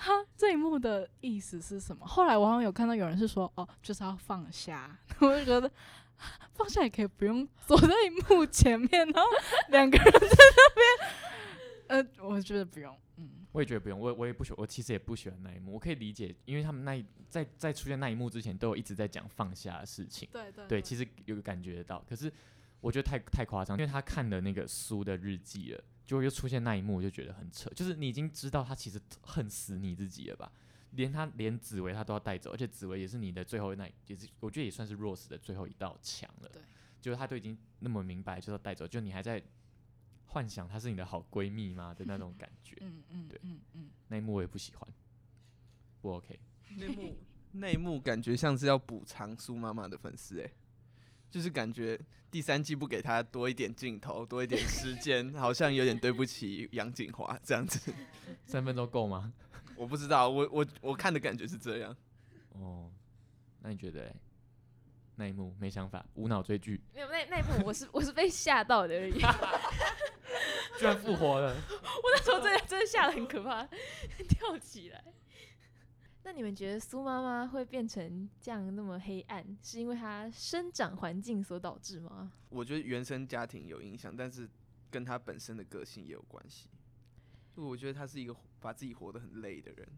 Speaker 5: 他这一幕的意思是什么？后来我好像有看到有人是说，哦，就是要放下， 我就觉得。放下也可以不用坐在幕前面，然后两个人在那边，呃，我觉得不用，嗯，
Speaker 3: 我也觉得不用，我我也不喜，我其实也不喜欢那一幕。我可以理解，因为他们那一在在出现那一幕之前，都有一直在讲放下的事情。
Speaker 5: 对对
Speaker 3: 对，其实有个感觉得到，可是我觉得太太夸张，因为他看了那个苏的日记了，结果又出现那一幕，我就觉得很扯。就是你已经知道他其实恨死你自己了吧？连他连紫薇他都要带走，而且紫薇也是你的最后那一，也是我觉得也算是 Rose 的最后一道墙了。
Speaker 5: 对，。
Speaker 3: 就是他都已经那么明白，就是要带走，就你还在幻想她是你的好闺蜜吗的那种感觉
Speaker 5: 嗯嗯
Speaker 3: 对
Speaker 5: 嗯嗯，
Speaker 3: 那一幕我也不喜欢，不 OK。
Speaker 2: 内幕 内幕感觉像是要补偿苏妈妈的粉丝哎、就是感觉第三季不给他多一点镜头，多一点时间，好像有点对不起杨锦华这样子。
Speaker 3: 三分钟够吗？
Speaker 2: 我不知道，我我我看的感觉是这样。
Speaker 3: 哦，那你觉得嘞？那一幕没想法，无脑追剧，
Speaker 1: 没有那那一幕，我是我是被吓到的而已。 我
Speaker 3: 居然复活了。
Speaker 1: 那时候真的真的吓得很可怕， 跳起来。那你们觉得苏妈妈会变成这样那么黑暗，是因为她生长环境所导致吗？
Speaker 2: 我觉得原生家庭有影响，但是跟他本身的个性也有关系。就我觉得他是一个把自己活得很累的人，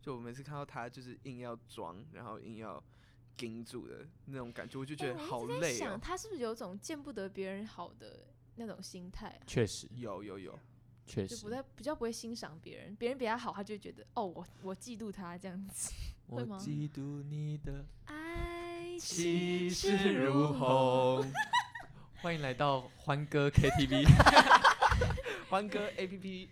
Speaker 2: 就我每次看到他就是硬要装，然后硬要盯住的那种感觉，我就觉
Speaker 1: 哎
Speaker 2: 得
Speaker 1: 我一
Speaker 2: 好
Speaker 1: 直在
Speaker 2: 累哦
Speaker 1: 想。她是不是有种见不得别人好的那种心态啊？
Speaker 3: 确实，
Speaker 2: 有有有，
Speaker 3: 确
Speaker 1: 就
Speaker 3: 实
Speaker 1: 不，太比较不会欣赏别人，别人比他好，他就会觉得哦，我我嫉妒他这样子。
Speaker 3: 我
Speaker 1: 会吗
Speaker 3: 嫉妒你的
Speaker 1: 爱
Speaker 3: 气
Speaker 1: 势
Speaker 3: 势
Speaker 1: 如
Speaker 3: 如虹。 欢迎来到欢歌 KTV，
Speaker 2: 欢歌 A P P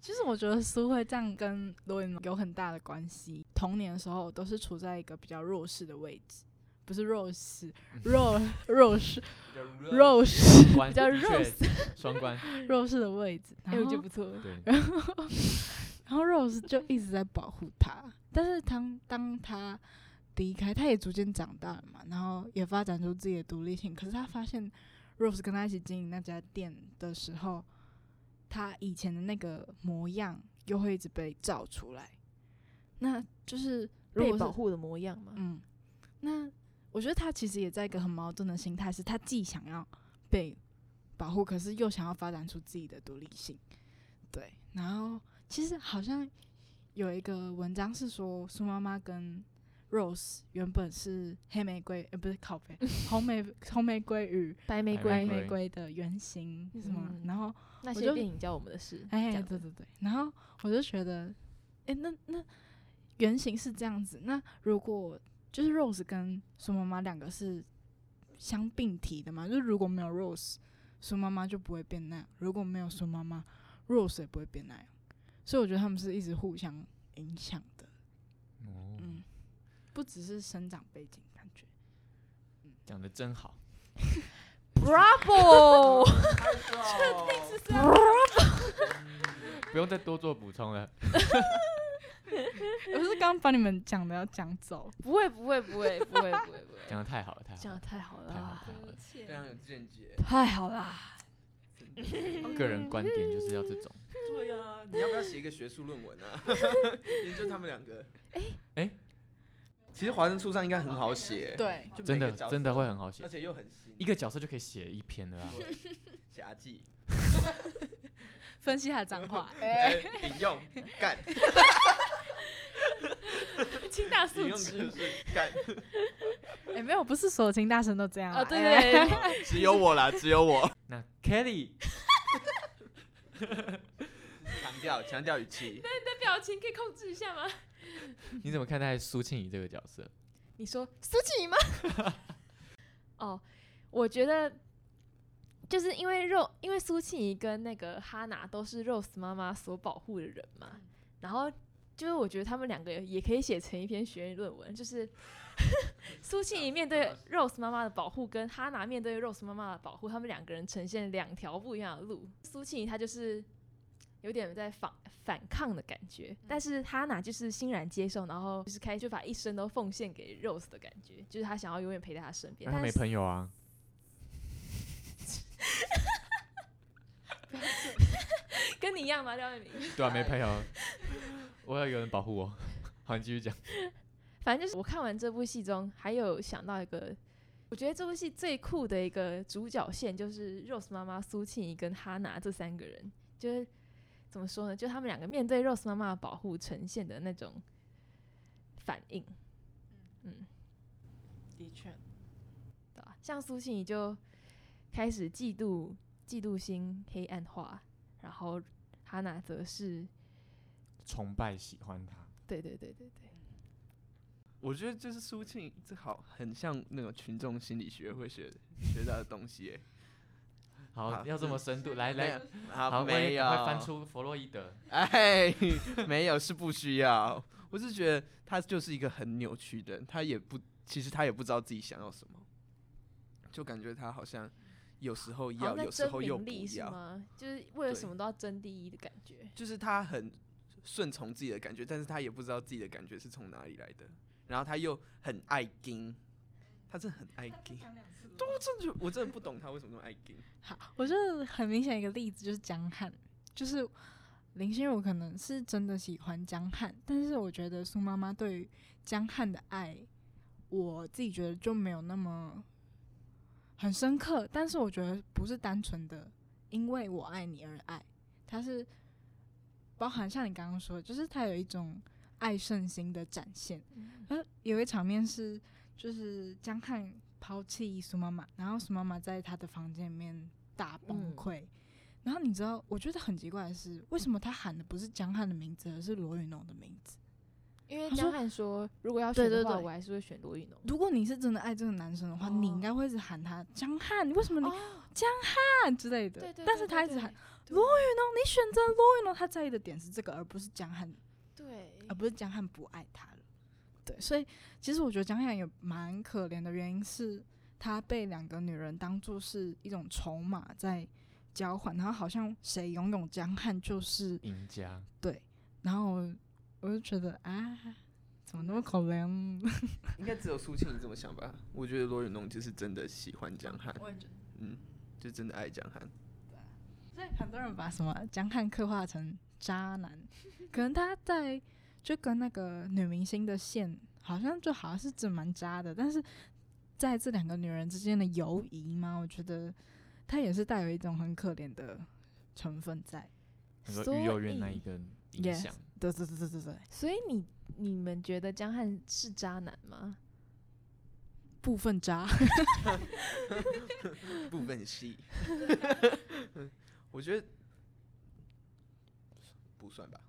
Speaker 5: 其实我觉得苏慧这样跟罗云有很大的关系。童年的时候都是处在一个比较弱势的位置，不是弱势，弱弱势弱势
Speaker 3: 关
Speaker 1: 较
Speaker 3: 的确
Speaker 1: Rose
Speaker 3: 双关，
Speaker 5: 弱势的位置。
Speaker 1: 哎、
Speaker 5: 然
Speaker 1: 我觉得
Speaker 5: 后
Speaker 1: 不错。
Speaker 3: 对，
Speaker 5: 然后 Rose 就一直在保护他，但是当当他离开，他也逐渐长大了嘛，然后也发展出自己的独立性。可是他发现 Rose 跟他一起经营那家店的时候，他以前的那个模样又会一直被照出来。那就是如
Speaker 1: 被
Speaker 5: 果是
Speaker 1: 保护的模样嘛，
Speaker 5: 嗯，那我觉得他其实也在一个很矛盾的心态，是他既想要被保护，可是又想要发展出自己的独立性。对，然后其实好像有一个文章是说苏妈妈跟 Rose 原本是黑玫瑰，呃，不是靠背，红玫红玫瑰与
Speaker 1: 白玫
Speaker 3: 白
Speaker 1: 瑰
Speaker 5: 白玫瑰的原型是吗？
Speaker 1: 嗯
Speaker 5: 然后
Speaker 1: 那
Speaker 5: 我
Speaker 1: 些
Speaker 5: 就
Speaker 1: 电影教我们的事，
Speaker 5: 哎，
Speaker 1: 这样
Speaker 5: 对
Speaker 1: 子
Speaker 5: 对对。然后我就觉得，哎、那那原型是这样子。那如果就是 Rose 跟苏妈妈两个是相并体的嘛，就是如果没有 Rose，苏妈妈就不会变那样；如果没有苏妈妈，Rose 也不会变那样。所以我觉得他们是一直互相影响的，
Speaker 3: 哦，
Speaker 5: 嗯，不只是生长背景感觉。
Speaker 3: 讲的真好，哦
Speaker 1: ，Bravo！
Speaker 2: 确定是
Speaker 3: 不用再多做补充了。
Speaker 5: 我是刚把你们讲的要讲走，
Speaker 1: 不会不会不会不会不会不会，
Speaker 3: 讲的太好了，太好
Speaker 1: 讲的
Speaker 3: 了，
Speaker 1: 太好了
Speaker 3: 太好了
Speaker 1: 啊，
Speaker 3: 太好了。
Speaker 2: 非常有 见解。
Speaker 1: 太好啦！
Speaker 3: 个人观点就是要这种。
Speaker 2: 对呀、你要不要写一个学术论文 啊？ 研究他们两个。 哎、
Speaker 3: 哎
Speaker 2: 其实华灯初上应该很好写，，
Speaker 5: 对，
Speaker 2: 就
Speaker 3: 真
Speaker 2: 每
Speaker 3: 的
Speaker 2: 个角色
Speaker 3: 真的会，很好
Speaker 2: 而
Speaker 3: 写，
Speaker 2: 且又很新。
Speaker 3: 一个角色就可以写一篇 了啊。
Speaker 2: 写阿纪，
Speaker 5: 分析他的脏话，
Speaker 1: 哎
Speaker 2: 呃引用 干，
Speaker 1: 清大
Speaker 2: 引
Speaker 1: 素
Speaker 2: 用
Speaker 1: 质
Speaker 2: 就是 干。
Speaker 5: 哎、没有，不是所有清大神都这样哎
Speaker 1: 啊，
Speaker 5: 啦
Speaker 1: 对对对，
Speaker 2: 只有我啦，只有我。
Speaker 3: 那 Kelly
Speaker 2: 强调强调语气，
Speaker 1: 这表情可以控制一下吗？
Speaker 3: 你怎么看待苏庆怡这个角色？
Speaker 1: 你说苏琪吗？哦，我觉得就是因为肉，因为苏庆怡跟那个哈娜都是 Rose 妈妈所保护的人嘛，然后就是我觉得他们两个也可以写成一篇学院论文，就是苏庆怡面对 Rose 妈妈的保护，跟哈娜面对 Rose 妈妈的保护，他们两个人呈现两条不一样的路。苏庆怡她就是。有点在反反抗的感觉，但是哈娜就是欣然接受，然后就是开就把一生都奉献给 Rose 的感觉，就是她想要永远陪在她身边。
Speaker 3: 那
Speaker 1: 但
Speaker 3: 他没
Speaker 1: 是
Speaker 3: 朋友啊，
Speaker 1: 跟你一样吗，廖美明？
Speaker 3: 对啊，没朋友，我要有人保护我。好，你继续讲。
Speaker 1: 反正就是我看完这部戏中，还有想到一个，我觉得这部戏最酷的一个主角线就是 Rose 妈妈、苏庆怡跟哈娜这三个人，就是怎么说呢？就他们两个面对 Rose 妈妈的保护呈现的那种反应，嗯，
Speaker 5: 的确，
Speaker 1: 对吧？像苏庆怡就开始嫉妒、嫉妒心黑暗化，然后哈娜则是，
Speaker 3: 崇拜喜欢他，
Speaker 1: 对对对对对，
Speaker 2: 我觉得就是苏庆，这好很像那种群众心理学会学学到的东西欸。
Speaker 3: 好，
Speaker 2: 好
Speaker 3: 要这么深 度，来
Speaker 2: 没
Speaker 3: 来
Speaker 2: 有，，哎好，
Speaker 3: 好，
Speaker 2: 没有，
Speaker 3: 快翻出弗洛伊德。
Speaker 2: 哎， 没有是不需要。我是觉得他就是一个很扭曲的人，他也不，其实他也不知道自己想要什么，就感觉他好像有时
Speaker 1: 好
Speaker 2: 候
Speaker 1: 像
Speaker 2: 要，
Speaker 1: 在
Speaker 2: 有时
Speaker 1: 争
Speaker 2: 候又
Speaker 1: 名
Speaker 2: 不
Speaker 1: 利是
Speaker 2: 要，
Speaker 1: 吗？就是为了
Speaker 2: 对
Speaker 1: 什么都要争第一的感觉。
Speaker 2: 就是他很顺从自己的感觉，但是他也不知道自己的感觉是从哪里来的。然后他又很爱盯，他真的很爱盯。对，啊我真的觉得我真的不懂他为什么那么爱盯。
Speaker 5: 好，我觉得很明显一个例子就是江汉，就是林心如可能是真的喜欢江汉，但是我觉得苏妈妈对于江汉的爱，我自己觉得就没有那么很深刻，但是我觉得不是单纯的因为我爱你而爱，它是包含像你刚刚说的，就是它有一种爱圣心的展现。
Speaker 1: 嗯
Speaker 5: 呃，有一个场面是，就是江汉抛弃苏妈妈，然后苏妈妈在他的房间里面大崩
Speaker 1: 嗯
Speaker 5: 溃。然后你知道，我觉得很奇怪的是，为什么他喊的不是江汉的名字，而是罗云龙的名字？
Speaker 1: 因为
Speaker 5: 他
Speaker 1: 江
Speaker 5: 说
Speaker 1: 汉说，如果要
Speaker 5: 对
Speaker 1: 选的
Speaker 5: 对
Speaker 1: 话，
Speaker 5: 对
Speaker 1: 我还是会选罗玉农。
Speaker 5: 如果你是真的爱这个男生的话，你应
Speaker 1: 哦
Speaker 5: 该会一直喊他江汉，你为什么你
Speaker 1: 哦，
Speaker 5: 汉之类的？
Speaker 1: 对对，
Speaker 5: 但是他一直喊罗
Speaker 1: 玉，
Speaker 5: 云龙，你选择罗云龙，他在意的点是这个，而不是江汉
Speaker 1: 对，
Speaker 2: 啊
Speaker 5: 而不是江汉不爱他了。对，所以其实我觉得江汉也蛮可怜的，原因是他被两个女人当做是一种筹码在交换，然后好像谁拥有江汉就是
Speaker 3: 赢家，
Speaker 5: 对，然后我我就觉得啊，怎么那么可怜？
Speaker 2: 应该只有苏庆这么想吧？我觉得罗永龙就是真的喜欢江汉，
Speaker 5: 我也觉得，
Speaker 2: 嗯，就真的爱江汉。
Speaker 5: 所以很多人把什么江汉刻画成渣男， 可能他在就跟那个女明星的线好像就好像是真蛮渣的，但是在这两个女人之间的犹疑吗？我觉得她也是带有一种很可怜的成分在。
Speaker 3: 很多育幼院那一个影
Speaker 5: Yes
Speaker 3: 响。
Speaker 5: 对对对对对对，
Speaker 1: 所以你你们觉得江汉是渣男吗？
Speaker 5: 部分渣。
Speaker 2: 部分系， 我觉得不算吧。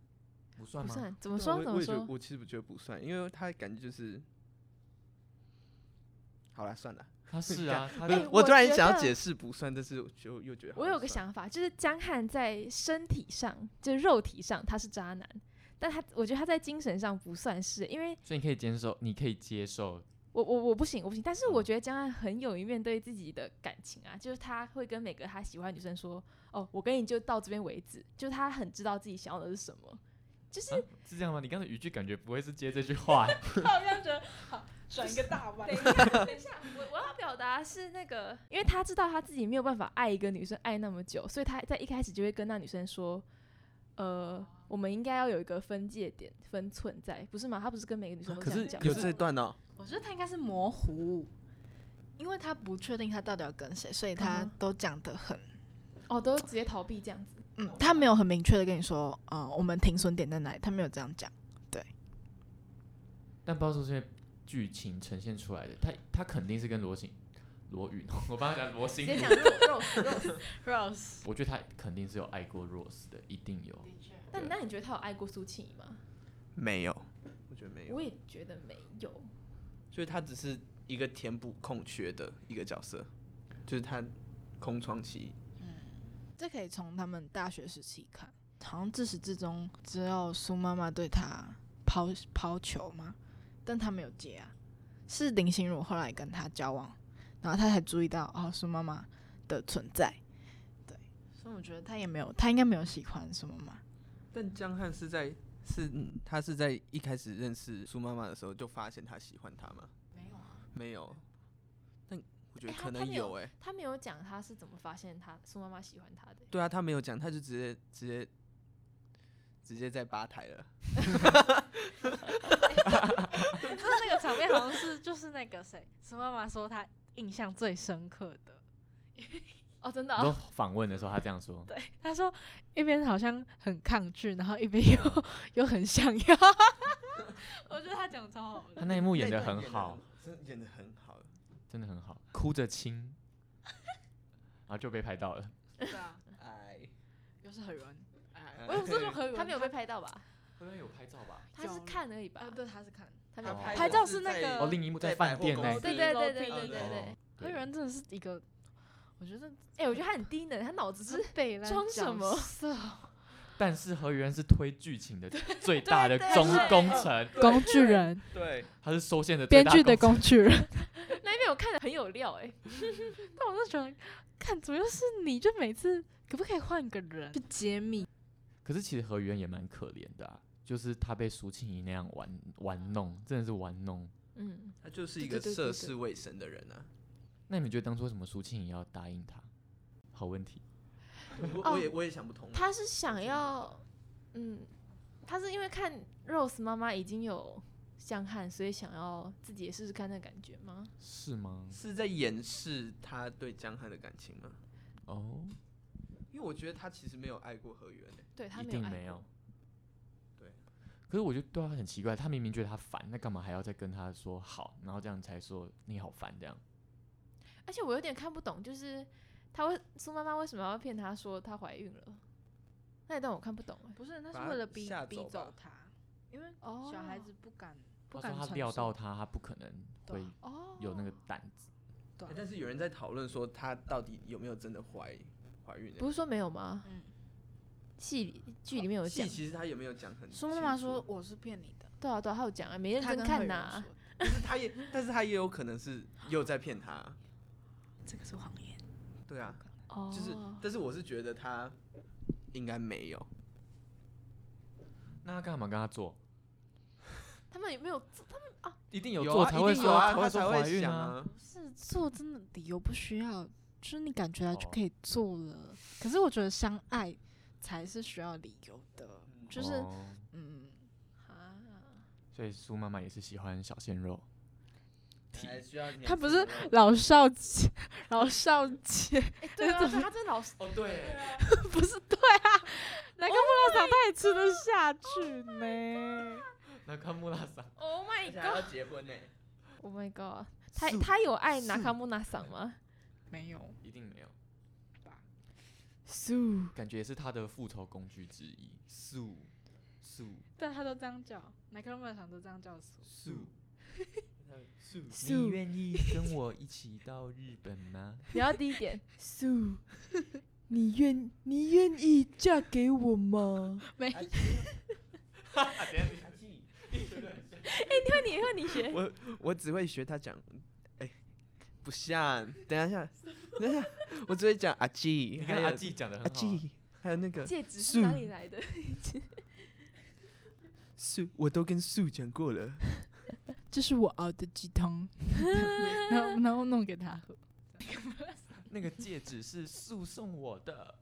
Speaker 3: 不算
Speaker 1: 不
Speaker 3: 吗？
Speaker 1: 算，怎么
Speaker 2: 对啊
Speaker 1: 说？
Speaker 2: 我
Speaker 1: 怎
Speaker 2: 我
Speaker 1: 么
Speaker 2: 也觉得，
Speaker 1: 说？
Speaker 2: 我其实不觉得不算，因为他感觉就是，好啦，算了。
Speaker 3: 他是 啊，他
Speaker 1: 哎
Speaker 3: 的
Speaker 1: 我
Speaker 2: 突然
Speaker 1: 觉
Speaker 2: 想要
Speaker 1: 得
Speaker 2: 解释不算，但是我就又觉得好
Speaker 1: 我
Speaker 2: 像
Speaker 1: 有个
Speaker 2: 算，
Speaker 1: 想法，就是江汉在身体上，就是肉体上他是渣男，但他我觉得他在精神上不算是，因为
Speaker 3: 所以你可以接受，你可以接受
Speaker 1: 我我我不行我不行，但是我
Speaker 3: 嗯
Speaker 1: 觉得江汉很勇于面对自己的感情啊，就是他会跟每个他喜欢的女生说，哦，我跟你就到这边为止，就是他很知道自己想要的是什么，就是、
Speaker 3: 啊是这样吗？你刚才语句感觉不会是接这句话欸，
Speaker 5: 好像觉得好转一个大弯
Speaker 1: 等一下，等一下，我我要表达是那个，因为他知道他自己没有办法爱一个女生爱那么久，所以他在一开始就会跟那女生说，呃，我们应该要有一个分界点、分寸在，不是吗？他不是跟每个女生都
Speaker 2: 啊可
Speaker 1: 这样
Speaker 2: 是
Speaker 1: 讲？
Speaker 2: 有这段哦，
Speaker 5: 我觉得他应该是模糊，因为他不确定他到底要跟谁，所以他
Speaker 1: 嗯哼
Speaker 5: 都讲得很，
Speaker 1: 哦，都直接逃避这样子。
Speaker 5: 嗯，他没有很明确的跟你说，呃，我们停损点在哪里，他没有这样讲。
Speaker 3: 但不知道是不是因为剧情呈现出来的，他他肯定是跟罗欣罗宇， 我帮他讲罗欣
Speaker 1: 直，接讲肉肉肉，
Speaker 5: Rose，
Speaker 3: 我觉得他肯定是有爱过 Rose 的，一定有。
Speaker 1: 那
Speaker 2: 啊
Speaker 1: 那你觉得他有爱过苏庆怡吗？
Speaker 2: 没有，我觉得没有，
Speaker 1: 我也觉得没有。
Speaker 2: 就是他只是一个填补空缺的一个角色，就是他空窗期。
Speaker 5: 这可以从他们大学时期看，好像自始至终只有苏妈妈对他抛抛球嘛，但他没有接啊，是林心如后来跟他交往，然后他才注意到哦苏妈妈的存在，对，所以我觉得他也没有，他应该没有喜欢苏妈妈。
Speaker 2: 但江汉是在是、嗯他是在一开始认识苏妈妈的时候就发现他喜欢她吗？没有，但我觉得
Speaker 1: 哎他
Speaker 2: 可
Speaker 1: 他
Speaker 2: 能
Speaker 1: 没有
Speaker 2: 有哎、
Speaker 1: 他没有讲他是怎么发现他苏妈妈喜欢他的。
Speaker 2: 对啊，他没有讲，他就直接直接直接在吧台了。
Speaker 6: 就是那个场面好像是就是那个谁，苏妈妈说她印象最深刻的，
Speaker 1: 哦，真的、
Speaker 3: 然后
Speaker 1: 哦。
Speaker 3: 访问的时候，他这样说，
Speaker 6: 她说一边好像很抗拒，然后一边又又很想要， 我觉得她讲得超好
Speaker 3: 他
Speaker 6: 的，
Speaker 3: 那一幕
Speaker 2: 那
Speaker 3: 演
Speaker 2: 一
Speaker 3: 的
Speaker 2: 段
Speaker 3: 很好，，
Speaker 2: 真的演的很好。
Speaker 3: 真的很好，哭着亲， 然后就被拍到了。
Speaker 6: 对啊，
Speaker 2: 哎，
Speaker 6: 又是很软，哎，
Speaker 2: 我
Speaker 6: 我
Speaker 2: 有
Speaker 6: 有
Speaker 2: 这
Speaker 6: 这
Speaker 2: 种
Speaker 6: 种很
Speaker 1: 他
Speaker 6: 软，
Speaker 1: 没有被拍到吧？
Speaker 3: 刚刚有拍照吧？
Speaker 1: 他是看而已吧？
Speaker 5: 啊，对，他是看
Speaker 1: 他没有
Speaker 3: 他
Speaker 1: 拍
Speaker 3: 拍
Speaker 1: 到。
Speaker 6: 拍照是那个
Speaker 3: 哦，另一幕在
Speaker 2: 在百
Speaker 3: 饭
Speaker 2: 货
Speaker 3: 店
Speaker 2: 公
Speaker 3: 那
Speaker 2: 司
Speaker 3: 一
Speaker 1: 对
Speaker 6: 低
Speaker 1: 对
Speaker 6: 楼
Speaker 1: 对
Speaker 6: 梯
Speaker 1: 对对
Speaker 2: 哦
Speaker 1: 对对。
Speaker 6: 何
Speaker 3: 对，
Speaker 6: 软真的是一个，我觉得
Speaker 1: 哎、我觉得他很低能，他脑子是
Speaker 6: 被
Speaker 1: 装什么
Speaker 3: 但是何元是推剧情的最大 的
Speaker 1: 对
Speaker 3: 中
Speaker 1: 对
Speaker 3: 功臣，
Speaker 6: 工具人，
Speaker 2: 对，
Speaker 3: 他是收线的最
Speaker 6: 编
Speaker 3: 大
Speaker 6: 剧的
Speaker 3: 功
Speaker 6: 工具人。
Speaker 1: 那一边我看的很有料哎、
Speaker 6: 但我就觉得，看怎么又是你？就每次可不可以换个人
Speaker 5: 被？揭秘，
Speaker 3: 臣。可是其实何元也蛮可怜的啊，就是他被苏庆怡那样玩玩弄，真的是玩弄。
Speaker 1: 嗯，
Speaker 2: 他就是
Speaker 1: 对
Speaker 2: 一个
Speaker 1: 对对对
Speaker 2: 涉
Speaker 1: 对
Speaker 2: 世未深的人啊。
Speaker 3: 那你们觉得当初为什么苏庆怡要答应他？好问题，
Speaker 2: 我我也我也想不通。
Speaker 1: 哦他是想要，嗯，他是因为看 Rose 妈妈已经有香汗，所以想要自己也试试看那感觉吗？
Speaker 3: 是吗？
Speaker 2: 是在掩饰他对江汉的感情吗？
Speaker 3: 哦，
Speaker 2: 因为我觉得他其实没有爱过何源欸诶、
Speaker 1: 对他
Speaker 3: 一
Speaker 1: 没有
Speaker 3: 定
Speaker 1: 爱
Speaker 3: 没有
Speaker 1: 过。。
Speaker 2: 对，
Speaker 3: 可是我就对他很奇怪，他明明觉得他烦，那干嘛还要再跟他说好，然后这样才说你好烦这样？
Speaker 1: 而且我有点看不懂，就是他为苏妈妈为什么要骗他说她怀孕了？那一段我看不懂哎、
Speaker 5: 不是，
Speaker 2: 把
Speaker 5: 他是
Speaker 2: 他
Speaker 5: 为了逼
Speaker 2: 吓
Speaker 5: 逼
Speaker 2: 走吧
Speaker 5: 走他，因为
Speaker 1: 哦，
Speaker 5: 小孩子不敢不
Speaker 3: 他
Speaker 5: 敢
Speaker 3: 说他
Speaker 5: 承
Speaker 3: 料
Speaker 5: 受
Speaker 3: 到他，他不可能
Speaker 5: 对
Speaker 3: 会
Speaker 5: 啊
Speaker 1: 哦，
Speaker 3: 有那个胆子。
Speaker 5: 对
Speaker 2: 欸但是有人在讨论说他到底有没有真的怀怀孕、欸？
Speaker 1: 不是说没有吗？
Speaker 5: 嗯
Speaker 1: 戏里剧里
Speaker 3: 哦
Speaker 1: 面有
Speaker 2: 戏
Speaker 1: 讲，
Speaker 2: 其实他也没有讲很。
Speaker 5: 苏妈妈说，我是骗你的，
Speaker 1: 对啊对啊，他有讲啊，没认
Speaker 5: 他
Speaker 1: 真
Speaker 5: 跟
Speaker 1: 看
Speaker 5: 慧
Speaker 1: 呐、
Speaker 5: 仁说的
Speaker 2: 但是他也，但是他也有可能是又在骗他。
Speaker 5: 这个是谎言。
Speaker 2: 对啊，
Speaker 1: 哦，
Speaker 2: 就是，但是我是觉得他应该没有。
Speaker 3: 那他干嘛跟他做？
Speaker 1: 他们有没有
Speaker 3: 一定有
Speaker 2: 啊
Speaker 3: 做才会
Speaker 2: 一定有
Speaker 3: 说，
Speaker 2: 啊，
Speaker 3: 才会
Speaker 2: 他才
Speaker 3: 说怀
Speaker 2: 会
Speaker 3: 孕
Speaker 2: 想
Speaker 3: 啊。
Speaker 2: 啊。
Speaker 6: 是做真的理由不需要，就是你感觉到就
Speaker 3: 哦
Speaker 6: 可以做了。可是我觉得相爱才是需要理由的，就是、
Speaker 3: 哦
Speaker 5: 嗯，
Speaker 1: 啊？
Speaker 3: 所以苏妈妈也是喜欢小鲜肉，题。
Speaker 2: 还需要你
Speaker 6: 他
Speaker 2: 自
Speaker 6: 不
Speaker 2: 己
Speaker 6: 是
Speaker 2: 的
Speaker 1: 啊
Speaker 2: 吗
Speaker 6: 老少姐，老少姐
Speaker 1: 对 啊，对他真的老
Speaker 2: 哦对，
Speaker 1: Oh
Speaker 6: 不是对啊，那个莫拉桑他也吃得下去呢。
Speaker 3: 那看木拉桑，
Speaker 1: ，Oh
Speaker 2: 而
Speaker 1: my
Speaker 2: 且 还要结婚呢，欸
Speaker 1: god，Oh my god，他啊他有爱拿卡木纳桑吗？
Speaker 6: 没有，
Speaker 3: 一定没有，
Speaker 1: 素
Speaker 3: 感觉也是他的复仇工具之一。素素
Speaker 6: 但他都这样叫，哪个莫拉桑都这样叫苏。
Speaker 3: 素素，
Speaker 1: 素
Speaker 3: 你愿意跟我一起到日本 吗？
Speaker 1: 你要低一点，素，你愿你愿意嫁给我吗？
Speaker 6: 没
Speaker 1: 哎，哎你看你看你学，
Speaker 2: 我我只会学他讲，哎、不像，等一下，等一下，我只会讲阿季，
Speaker 3: 你
Speaker 2: 还
Speaker 3: 看
Speaker 2: 有
Speaker 3: 阿纪讲的很
Speaker 2: 阿
Speaker 3: 好啊，
Speaker 2: 季，还有那个
Speaker 1: 戒指是哪里来的？
Speaker 2: 素，我都跟素讲过了。
Speaker 5: 这是我熬的鸡 汤，然后然后弄给他喝。
Speaker 3: 啊那个戒指是素送我的。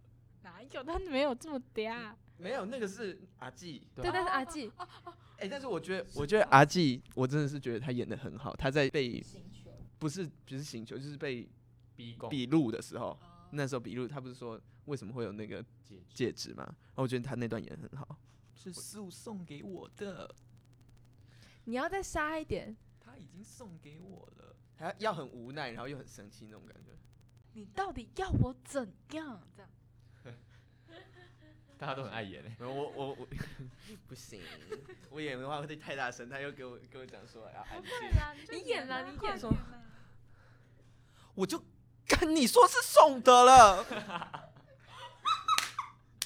Speaker 6: 哪有他没有这么嗲？哦
Speaker 2: 没有，那个是阿季。
Speaker 1: 对，但是阿纪，
Speaker 2: 哎、但是我觉得，我觉得阿季，我真的是觉得他演的很好。他在被不是不是刑求，就是被
Speaker 3: 逼供
Speaker 2: 笔录的时候，那时候笔录他不是说为什么会有那个
Speaker 3: 戒指
Speaker 2: 哦戒指吗？然后我觉得他那段演的很好。
Speaker 3: 是素送给我的，
Speaker 1: 你要再沙一点，
Speaker 3: 他已经送给我了。
Speaker 2: 还要很无奈，然后又很生气那种感觉。
Speaker 5: 你到底要我怎样？这样
Speaker 3: 大家都很爱演欸
Speaker 2: 没有，我我我 不行，我演的话会太大声，他又给我给我讲说啊 要安静。
Speaker 1: 你演啦，你演什么？
Speaker 2: 我就跟你说是送的了，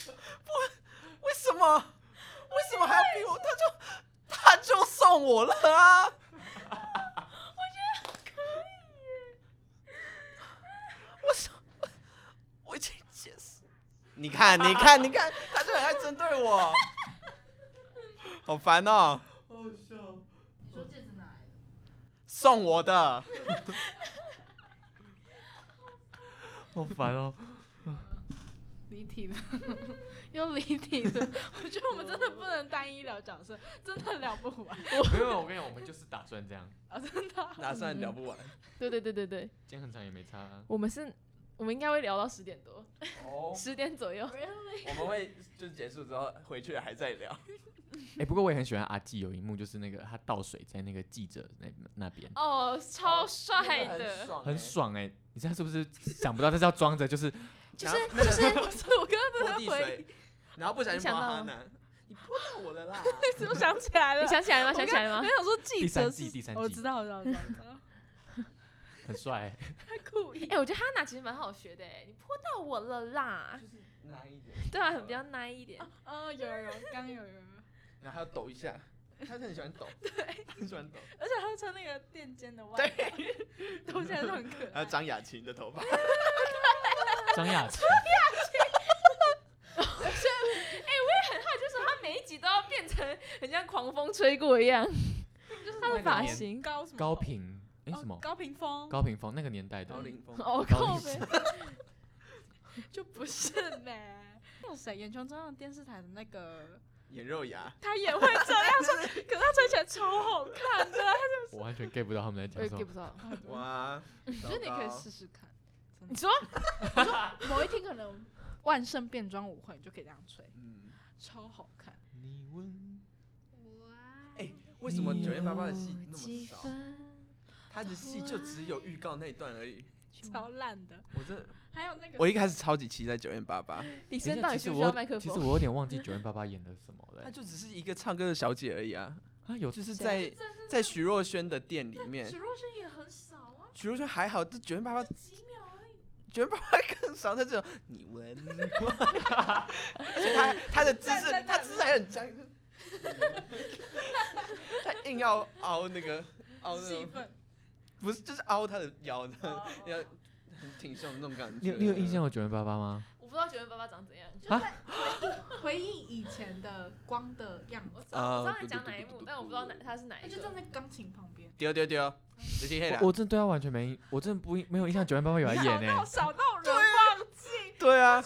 Speaker 2: 不，为什么？为什么还要逼我？他就他就送我了啊！我觉得可以。我说我已经解释，你看，你看，你看，他就很爱针对我，好烦哦。好笑。送我的，
Speaker 3: 好 烦哦！
Speaker 6: 离题了，又离题了。我觉得我们真的不能单一聊角色，真的聊不完。
Speaker 3: 没有，我跟你讲，我们就是打算这样，
Speaker 6: 啊，真的啊、
Speaker 2: 打算聊不完。
Speaker 1: 对对对对对，
Speaker 3: 今天很长也没差、啊。
Speaker 1: 我们是，我们应该会聊到十点多，
Speaker 2: 哦，
Speaker 1: 十点左右。
Speaker 2: 我们会就是结束之后回去还在聊。
Speaker 3: 哎、不过我也很喜欢阿纪，有一幕就是那个他倒水在那个记者那那边，
Speaker 1: 哦，超帅
Speaker 2: 很
Speaker 1: 的，
Speaker 2: 爽欸
Speaker 3: 很爽哎、你知道是不是想不到他是要装着，就是
Speaker 1: 就是就是，不是我刚刚
Speaker 2: 泼
Speaker 1: 真
Speaker 2: 地
Speaker 1: 的回
Speaker 2: 水，然后不小
Speaker 1: 你
Speaker 2: 心
Speaker 1: 想
Speaker 2: 泼
Speaker 1: 到
Speaker 2: 哈娜，你泼到我了 啦！
Speaker 6: 怎么想起来
Speaker 1: 忆，
Speaker 6: 了？
Speaker 1: 你想起来吗？
Speaker 6: 我
Speaker 1: 想起来吗
Speaker 6: 我？想说记
Speaker 3: 第三
Speaker 6: 者
Speaker 3: 季
Speaker 6: 是
Speaker 3: 第三
Speaker 6: 我
Speaker 3: 季
Speaker 6: 知道，我知道，我知道我知 道。
Speaker 3: 很帅、欸。
Speaker 6: 故意
Speaker 1: 哎、我觉得哈娜其实蛮好学的，哎，你泼到我了啦，
Speaker 2: 就是拿一点，
Speaker 1: 对啊，很比较 nice 一点。
Speaker 6: 哦，有有有，刚有有有，
Speaker 2: 然后还要抖一下，他是很喜欢抖，很喜欢抖。
Speaker 6: 而且他穿那个垫肩的外套，抖起来都很可
Speaker 2: 还
Speaker 6: 爱
Speaker 2: 有。张雅琴的头发，
Speaker 3: 张雅琴，
Speaker 1: 啊就是他每一集都要变成很像狂风吹过一样，
Speaker 6: 就是
Speaker 1: 他
Speaker 6: 那
Speaker 1: 的
Speaker 6: 个
Speaker 1: 发
Speaker 3: 年
Speaker 1: 型。哦
Speaker 6: 高什么
Speaker 3: 高
Speaker 6: 头
Speaker 3: 平，哎、
Speaker 6: 哦
Speaker 3: 什么？
Speaker 6: 高屏风
Speaker 3: 高平风那个年代的
Speaker 2: 高，凌风，
Speaker 1: 哦，
Speaker 3: 高
Speaker 1: 靠
Speaker 3: 凌
Speaker 1: 北！
Speaker 6: 就不是呗。那谁，眼球中央电视台的那个，
Speaker 2: 眼肉牙，
Speaker 6: 他也会这样穿，可是他穿起来超好看的。
Speaker 3: 我完全 get 不到他们在
Speaker 1: 我
Speaker 3: 讲
Speaker 1: 也
Speaker 3: 什
Speaker 1: get
Speaker 3: 么。
Speaker 1: 不到。
Speaker 2: 哇！
Speaker 6: 我觉得你可以试试看。真的
Speaker 1: 你说
Speaker 6: 某一天可能万圣变装舞会，你就可以这样吹，
Speaker 2: 嗯，
Speaker 6: 超好看。
Speaker 3: 你问
Speaker 2: 哎，为什么九月八八的戏那么
Speaker 1: 几
Speaker 2: 少？
Speaker 1: 分？
Speaker 2: 他的戏就只有预告那一段而已。
Speaker 6: 超烂的。
Speaker 2: 我真的，
Speaker 6: 还有那个，
Speaker 2: 我一开始超级期待九月八八，
Speaker 1: 李
Speaker 3: 其实
Speaker 1: 森到底需不需要麦克
Speaker 3: 其实
Speaker 1: 风？
Speaker 3: 我有点忘记九零八八演的什么了、
Speaker 2: 她
Speaker 3: 欸。
Speaker 2: 就只是一个唱歌的小姐而已啊，
Speaker 3: 啊，有
Speaker 2: 就是
Speaker 1: 谁啊
Speaker 2: 在在徐若瑄的店里面，
Speaker 6: 若瑄也很少啊，
Speaker 2: 许若瑄还好，这九零八八
Speaker 6: 几秒而已。
Speaker 2: 九零八八更少，他这种你闻 过，而且他他的姿势，他姿势还很僵，就是他硬要凹那个凹那
Speaker 6: 戏
Speaker 2: 种，
Speaker 6: 份。
Speaker 2: 不是就是凹他的腰，这样
Speaker 6: 哦
Speaker 2: 要很挺胸的那种感觉。
Speaker 3: 你有你有印象？有九零八八吗？
Speaker 1: 我不知道九月爸爸长怎样。
Speaker 6: 回忆以前的光的样子，
Speaker 1: 我知道
Speaker 2: 啊，
Speaker 1: 你讲哪一幕，但我不知道哪他是哪
Speaker 6: 他
Speaker 1: 一
Speaker 6: 哎就
Speaker 1: 个。
Speaker 6: 站在钢琴旁边。
Speaker 2: 丢丢丢，直接黑了
Speaker 3: 我。我真的对他完全没，我真的不没有印象九零八八有来演欸
Speaker 6: 少
Speaker 3: 呢、
Speaker 6: 到少到人忘记，
Speaker 2: 对啊，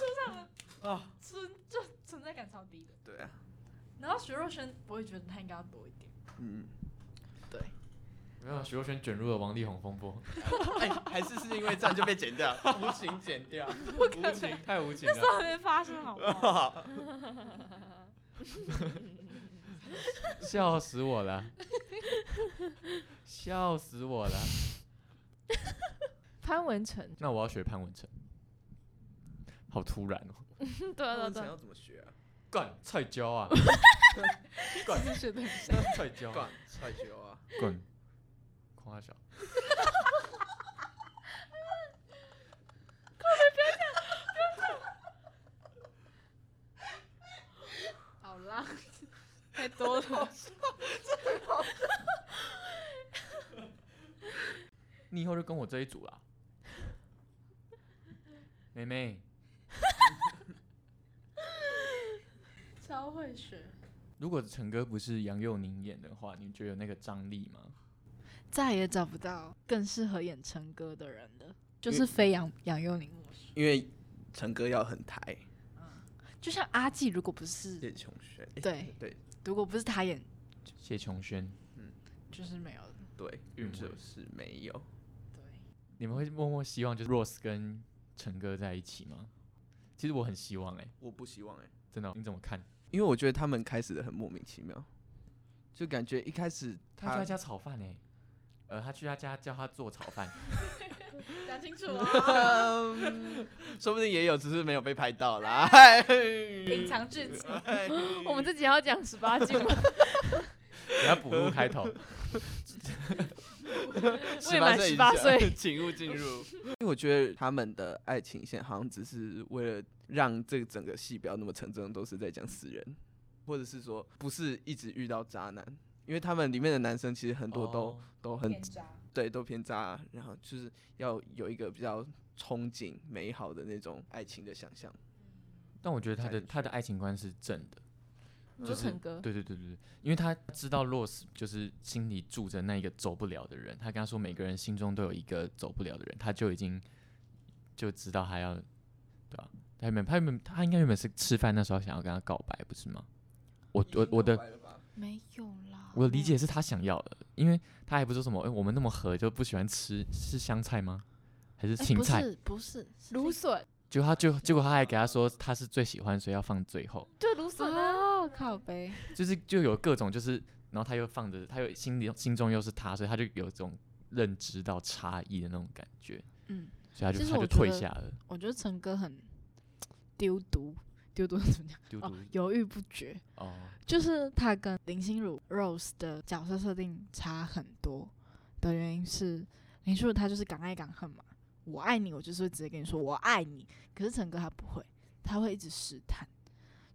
Speaker 6: 啊，存就存在感超低的。
Speaker 2: 对啊，
Speaker 6: 然后徐若瑄，我也觉得她应该要多一点。
Speaker 2: 嗯，对。
Speaker 3: 没有，徐若瑄卷入了王力宏风波，
Speaker 2: 哎、还是是因为这样就被剪 掉，无情剪掉，
Speaker 3: 无情太无情了。
Speaker 6: 特别发生好不好？
Speaker 3: 笑死我了， 笑死我了。
Speaker 1: 潘文成，
Speaker 3: 那我要学潘文成，好突 然哦！
Speaker 1: 对对
Speaker 2: 文成
Speaker 1: 对，
Speaker 2: 要怎么学啊？
Speaker 3: 干菜椒 啊，
Speaker 5: 是学的很像。
Speaker 3: 菜椒
Speaker 2: 干菜球啊！
Speaker 3: 滚，夸小。
Speaker 6: 好啦，太多了。
Speaker 3: 你以后就跟我这 一组啦，妹妹。
Speaker 6: 超会学，
Speaker 3: 如果陈哥不是杨佑宁演的话，你觉得有那个张力吗？
Speaker 5: 再也找不到更适合演成哥的人了，就
Speaker 2: 因
Speaker 5: 是非杨杨佑宁模式。
Speaker 2: 因为陈哥要很抬，
Speaker 5: 就像阿纪，如果不是
Speaker 2: 叶琼轩，哎
Speaker 5: 对
Speaker 2: 对
Speaker 5: 如果不是他演，
Speaker 3: 谢琼轩，
Speaker 5: 就是没有了。
Speaker 2: 对，
Speaker 3: 韵味
Speaker 2: 就是没有。
Speaker 5: 对，
Speaker 3: 你们会默默希望就是 Rose 跟陈哥在一起吗？其实我很希望哎、
Speaker 2: 我不希望哎、
Speaker 3: 真的哦、你怎么看？
Speaker 2: 因为我觉得他们开始的很莫名其妙，就感觉一开始
Speaker 3: 他去他家炒饭哎、呃，他去他家叫他做炒饭，
Speaker 6: 讲清楚哦，
Speaker 2: 嗯， 说不定也有，只是没有被拍到啦。 哎
Speaker 6: 品
Speaker 3: 嗯
Speaker 6: 尝至己。
Speaker 1: 我们自己要讲十八禁吗？
Speaker 3: 给他补录开 头。
Speaker 1: 未满
Speaker 2: 18
Speaker 1: 18岁
Speaker 2: 以下， 请勿进入。因为我觉得他们的爱情线好像只是为了让这整个戏不要那么沉重，都是在讲死人，或者是说不是一直遇到渣男，因为他们里面的男生其实很多都、
Speaker 3: 哦
Speaker 2: 都很
Speaker 6: 渣，
Speaker 2: 对，都偏渣，然后就是要有一个比较憧憬美好的那种爱情的想象。
Speaker 3: 但我觉得他的他的爱情观是正的，
Speaker 1: 你
Speaker 3: 就
Speaker 1: 说
Speaker 3: 是
Speaker 1: 陈哥，
Speaker 3: 对对对对，对因为他知道 Rose 就是心里住着那一个走不了的人，他跟他说每个人心中都有一个走不了的人，他就已经就知道他要对吧、啊他原本他原本他应该原本是吃饭那时候想要跟他告白，不是吗？我我我的
Speaker 5: 没有啦。
Speaker 3: 我的理解是他想要的，因为他还不是说什么，哎、我们那么合就不喜欢吃是香菜吗？还是
Speaker 5: 哎
Speaker 3: 芹菜？
Speaker 5: 不是不是是
Speaker 1: 芦笋，
Speaker 3: 结果他就结果他还给他说他是最喜欢，所以要放最后。
Speaker 1: 就芦笋啊，
Speaker 5: 哦，靠背，
Speaker 3: 就是就有各种就是，然后他又放着，他又心里心中又是他，所以他就有一种认知到差异的那种感觉，
Speaker 5: 嗯，
Speaker 3: 所以他就
Speaker 5: 其实
Speaker 3: 他就
Speaker 5: 我觉
Speaker 3: 退
Speaker 5: 得哦
Speaker 3: 下了，
Speaker 5: 我觉得陈哥很 丢毒，丢毒怎么讲？
Speaker 3: 丢
Speaker 5: 哦
Speaker 3: 丢，
Speaker 5: 犹豫不决，
Speaker 3: 哦，
Speaker 5: 就是他跟林心如 Rose 的角色设定差很多的原因是，林心如她就是敢爱敢恨嘛，我爱你，我就是会直接跟你说我爱你。可是陈哥他不会，他会一直试探，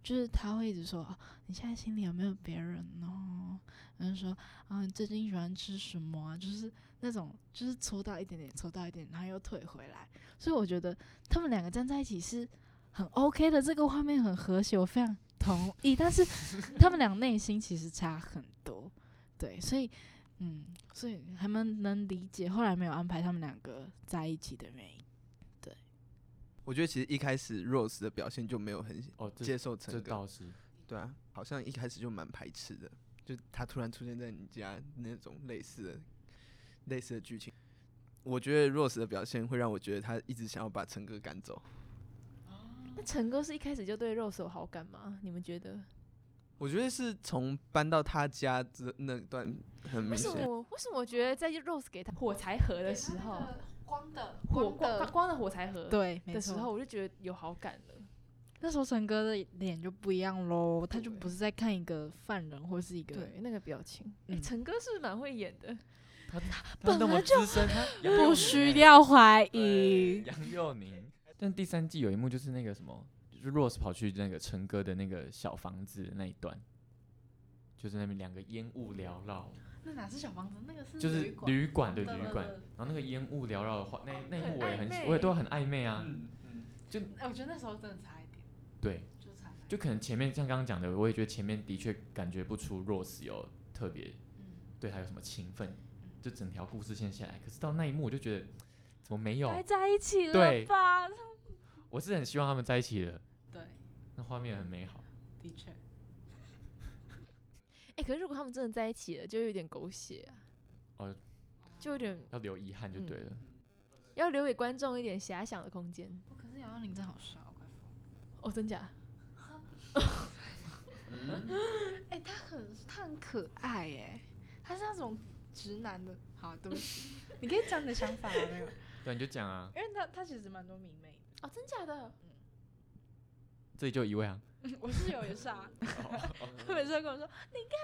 Speaker 5: 就是他会一直说、哦、你现在心里有没有别人哦？然后说啊，你最近喜欢吃什么啊？就是那种就是戳到一点点，戳到一点，然后又退回来。所以我觉得他们两个站在一起是很 OK 的，这个画面很和谐，我非常同意。但是他们俩内心其实差很多，对，所以嗯，所以还蛮能理解后来没有安排他们两个在一起的原因。
Speaker 2: 我觉得其实一开始 Rose 的表现就没有很
Speaker 3: 哦，这
Speaker 2: 接受
Speaker 3: 这
Speaker 2: 陈哥，
Speaker 3: 倒是，
Speaker 2: 对啊，好像一开始就蛮排斥的，就他突然出现在你家那种类似的类似的剧情。我觉得 Rose 的表现会让我觉得他一直想要把陈哥赶走。
Speaker 1: 那陈哥是一开始就对 Rose 有好感吗？你们觉得？
Speaker 2: 我觉得是从搬到他家这那段很明
Speaker 1: 为什
Speaker 2: 显，
Speaker 1: 么？为什么我觉得在 Rose 给他火柴盒的时候，
Speaker 6: 光的
Speaker 1: 火光发光的火柴盒
Speaker 5: 对，没
Speaker 1: 的时
Speaker 5: 错。
Speaker 1: 候，我就觉得有好感了。
Speaker 5: 那时候陈哥的脸就不一样喽，他就
Speaker 1: 对
Speaker 5: 不是在看一个犯人或是一个
Speaker 1: 对，那个表情，哎
Speaker 5: 嗯
Speaker 1: 陈哥是不是蛮会演的？
Speaker 3: 他
Speaker 5: 本
Speaker 3: 那么
Speaker 5: 来
Speaker 3: 资深，他杨佑
Speaker 5: 不
Speaker 3: 宁
Speaker 5: 需
Speaker 3: 欸
Speaker 5: 要怀
Speaker 3: 对
Speaker 5: 疑。
Speaker 3: 杨佑宁。但第三季有一幕就是那个什么，就是 Rose 跑去那个陈哥的那个小房子的那一段，就是那边两个烟雾缭绕，
Speaker 6: 那哪是小房子？那个是
Speaker 3: 就是旅馆的
Speaker 6: 对
Speaker 3: 旅
Speaker 6: 对
Speaker 3: 馆
Speaker 6: 对，
Speaker 3: 然后那个烟雾缭绕的话，那那一幕我也很喜
Speaker 1: 很暧，昧
Speaker 3: 我也都很暧昧啊。
Speaker 2: 嗯嗯，
Speaker 6: 哎，我觉得那时候真的差一点，
Speaker 3: 对，
Speaker 6: 就差
Speaker 3: 就可能前面像刚刚讲的，我也觉得前面的确感觉不出 Rose 有特别
Speaker 5: 嗯
Speaker 3: 对他有什么情分，就整条故事线下来，可是到那一幕我就觉得怎么没有？
Speaker 1: 该在一起
Speaker 3: 对
Speaker 1: 了吧？
Speaker 3: 我是很希望他们在一起的，
Speaker 6: 对，
Speaker 3: 那画面很美好。
Speaker 6: 的确。
Speaker 3: 哦
Speaker 1: 哎、可是如果他们真的在一起了，就有点狗血啊。就有点
Speaker 3: 要留遗憾就对了。
Speaker 1: 要留给观众一点遐想的空间。
Speaker 5: 可是杨丞琳真好笑，我快
Speaker 1: 哦，
Speaker 5: 疯
Speaker 1: 真假？
Speaker 6: 哎、他很他很可爱哎，他是那种直男的。好，对不起，你可以讲你的想法啊，没有？
Speaker 3: 对，你就讲啊，
Speaker 6: 因为他他其实蛮多迷妹的
Speaker 1: 哦，真假的？
Speaker 3: 这里就一位啊，
Speaker 6: 我室友也是啊， 他每次都跟我说你 跟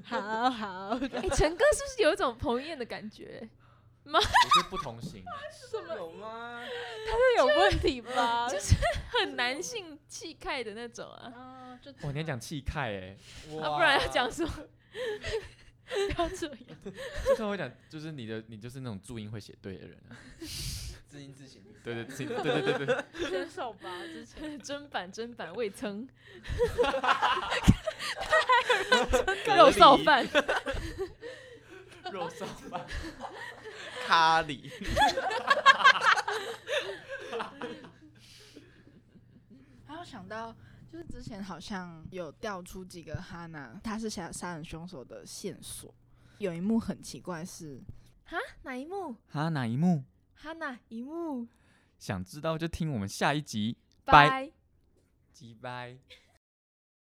Speaker 6: 陈哥，好 好
Speaker 1: 哎、陈哥是不是有一种彭于晏的感觉？
Speaker 3: 我觉得不同型，啊
Speaker 2: 什么有吗？
Speaker 6: 这有问题吧？
Speaker 1: 就是很男性气概的那种啊。
Speaker 6: 嗯，就
Speaker 3: 哇，你要讲气概哎，
Speaker 1: 啊，不然要讲什么？不要这样。
Speaker 3: 就算会讲，就是你的你就是那种注音会写对的人啊，
Speaker 2: 自音自省。
Speaker 3: 对对对对对对对，
Speaker 6: 分手吧，之前
Speaker 1: 砧板砧板未 曾，
Speaker 2: 理
Speaker 1: 肉臊饭，
Speaker 2: 肉烧饭，咖喱。
Speaker 5: 还有想到，就是之前好像有调出几个哈娜，他是杀杀人凶手的线索。有一幕很奇怪是，
Speaker 1: 哈哪一幕？
Speaker 3: 哈哪一幕？
Speaker 1: 哈哪一幕？
Speaker 3: 想知道就听我们下一集，拜
Speaker 1: 拜。
Speaker 3: 鸡掰。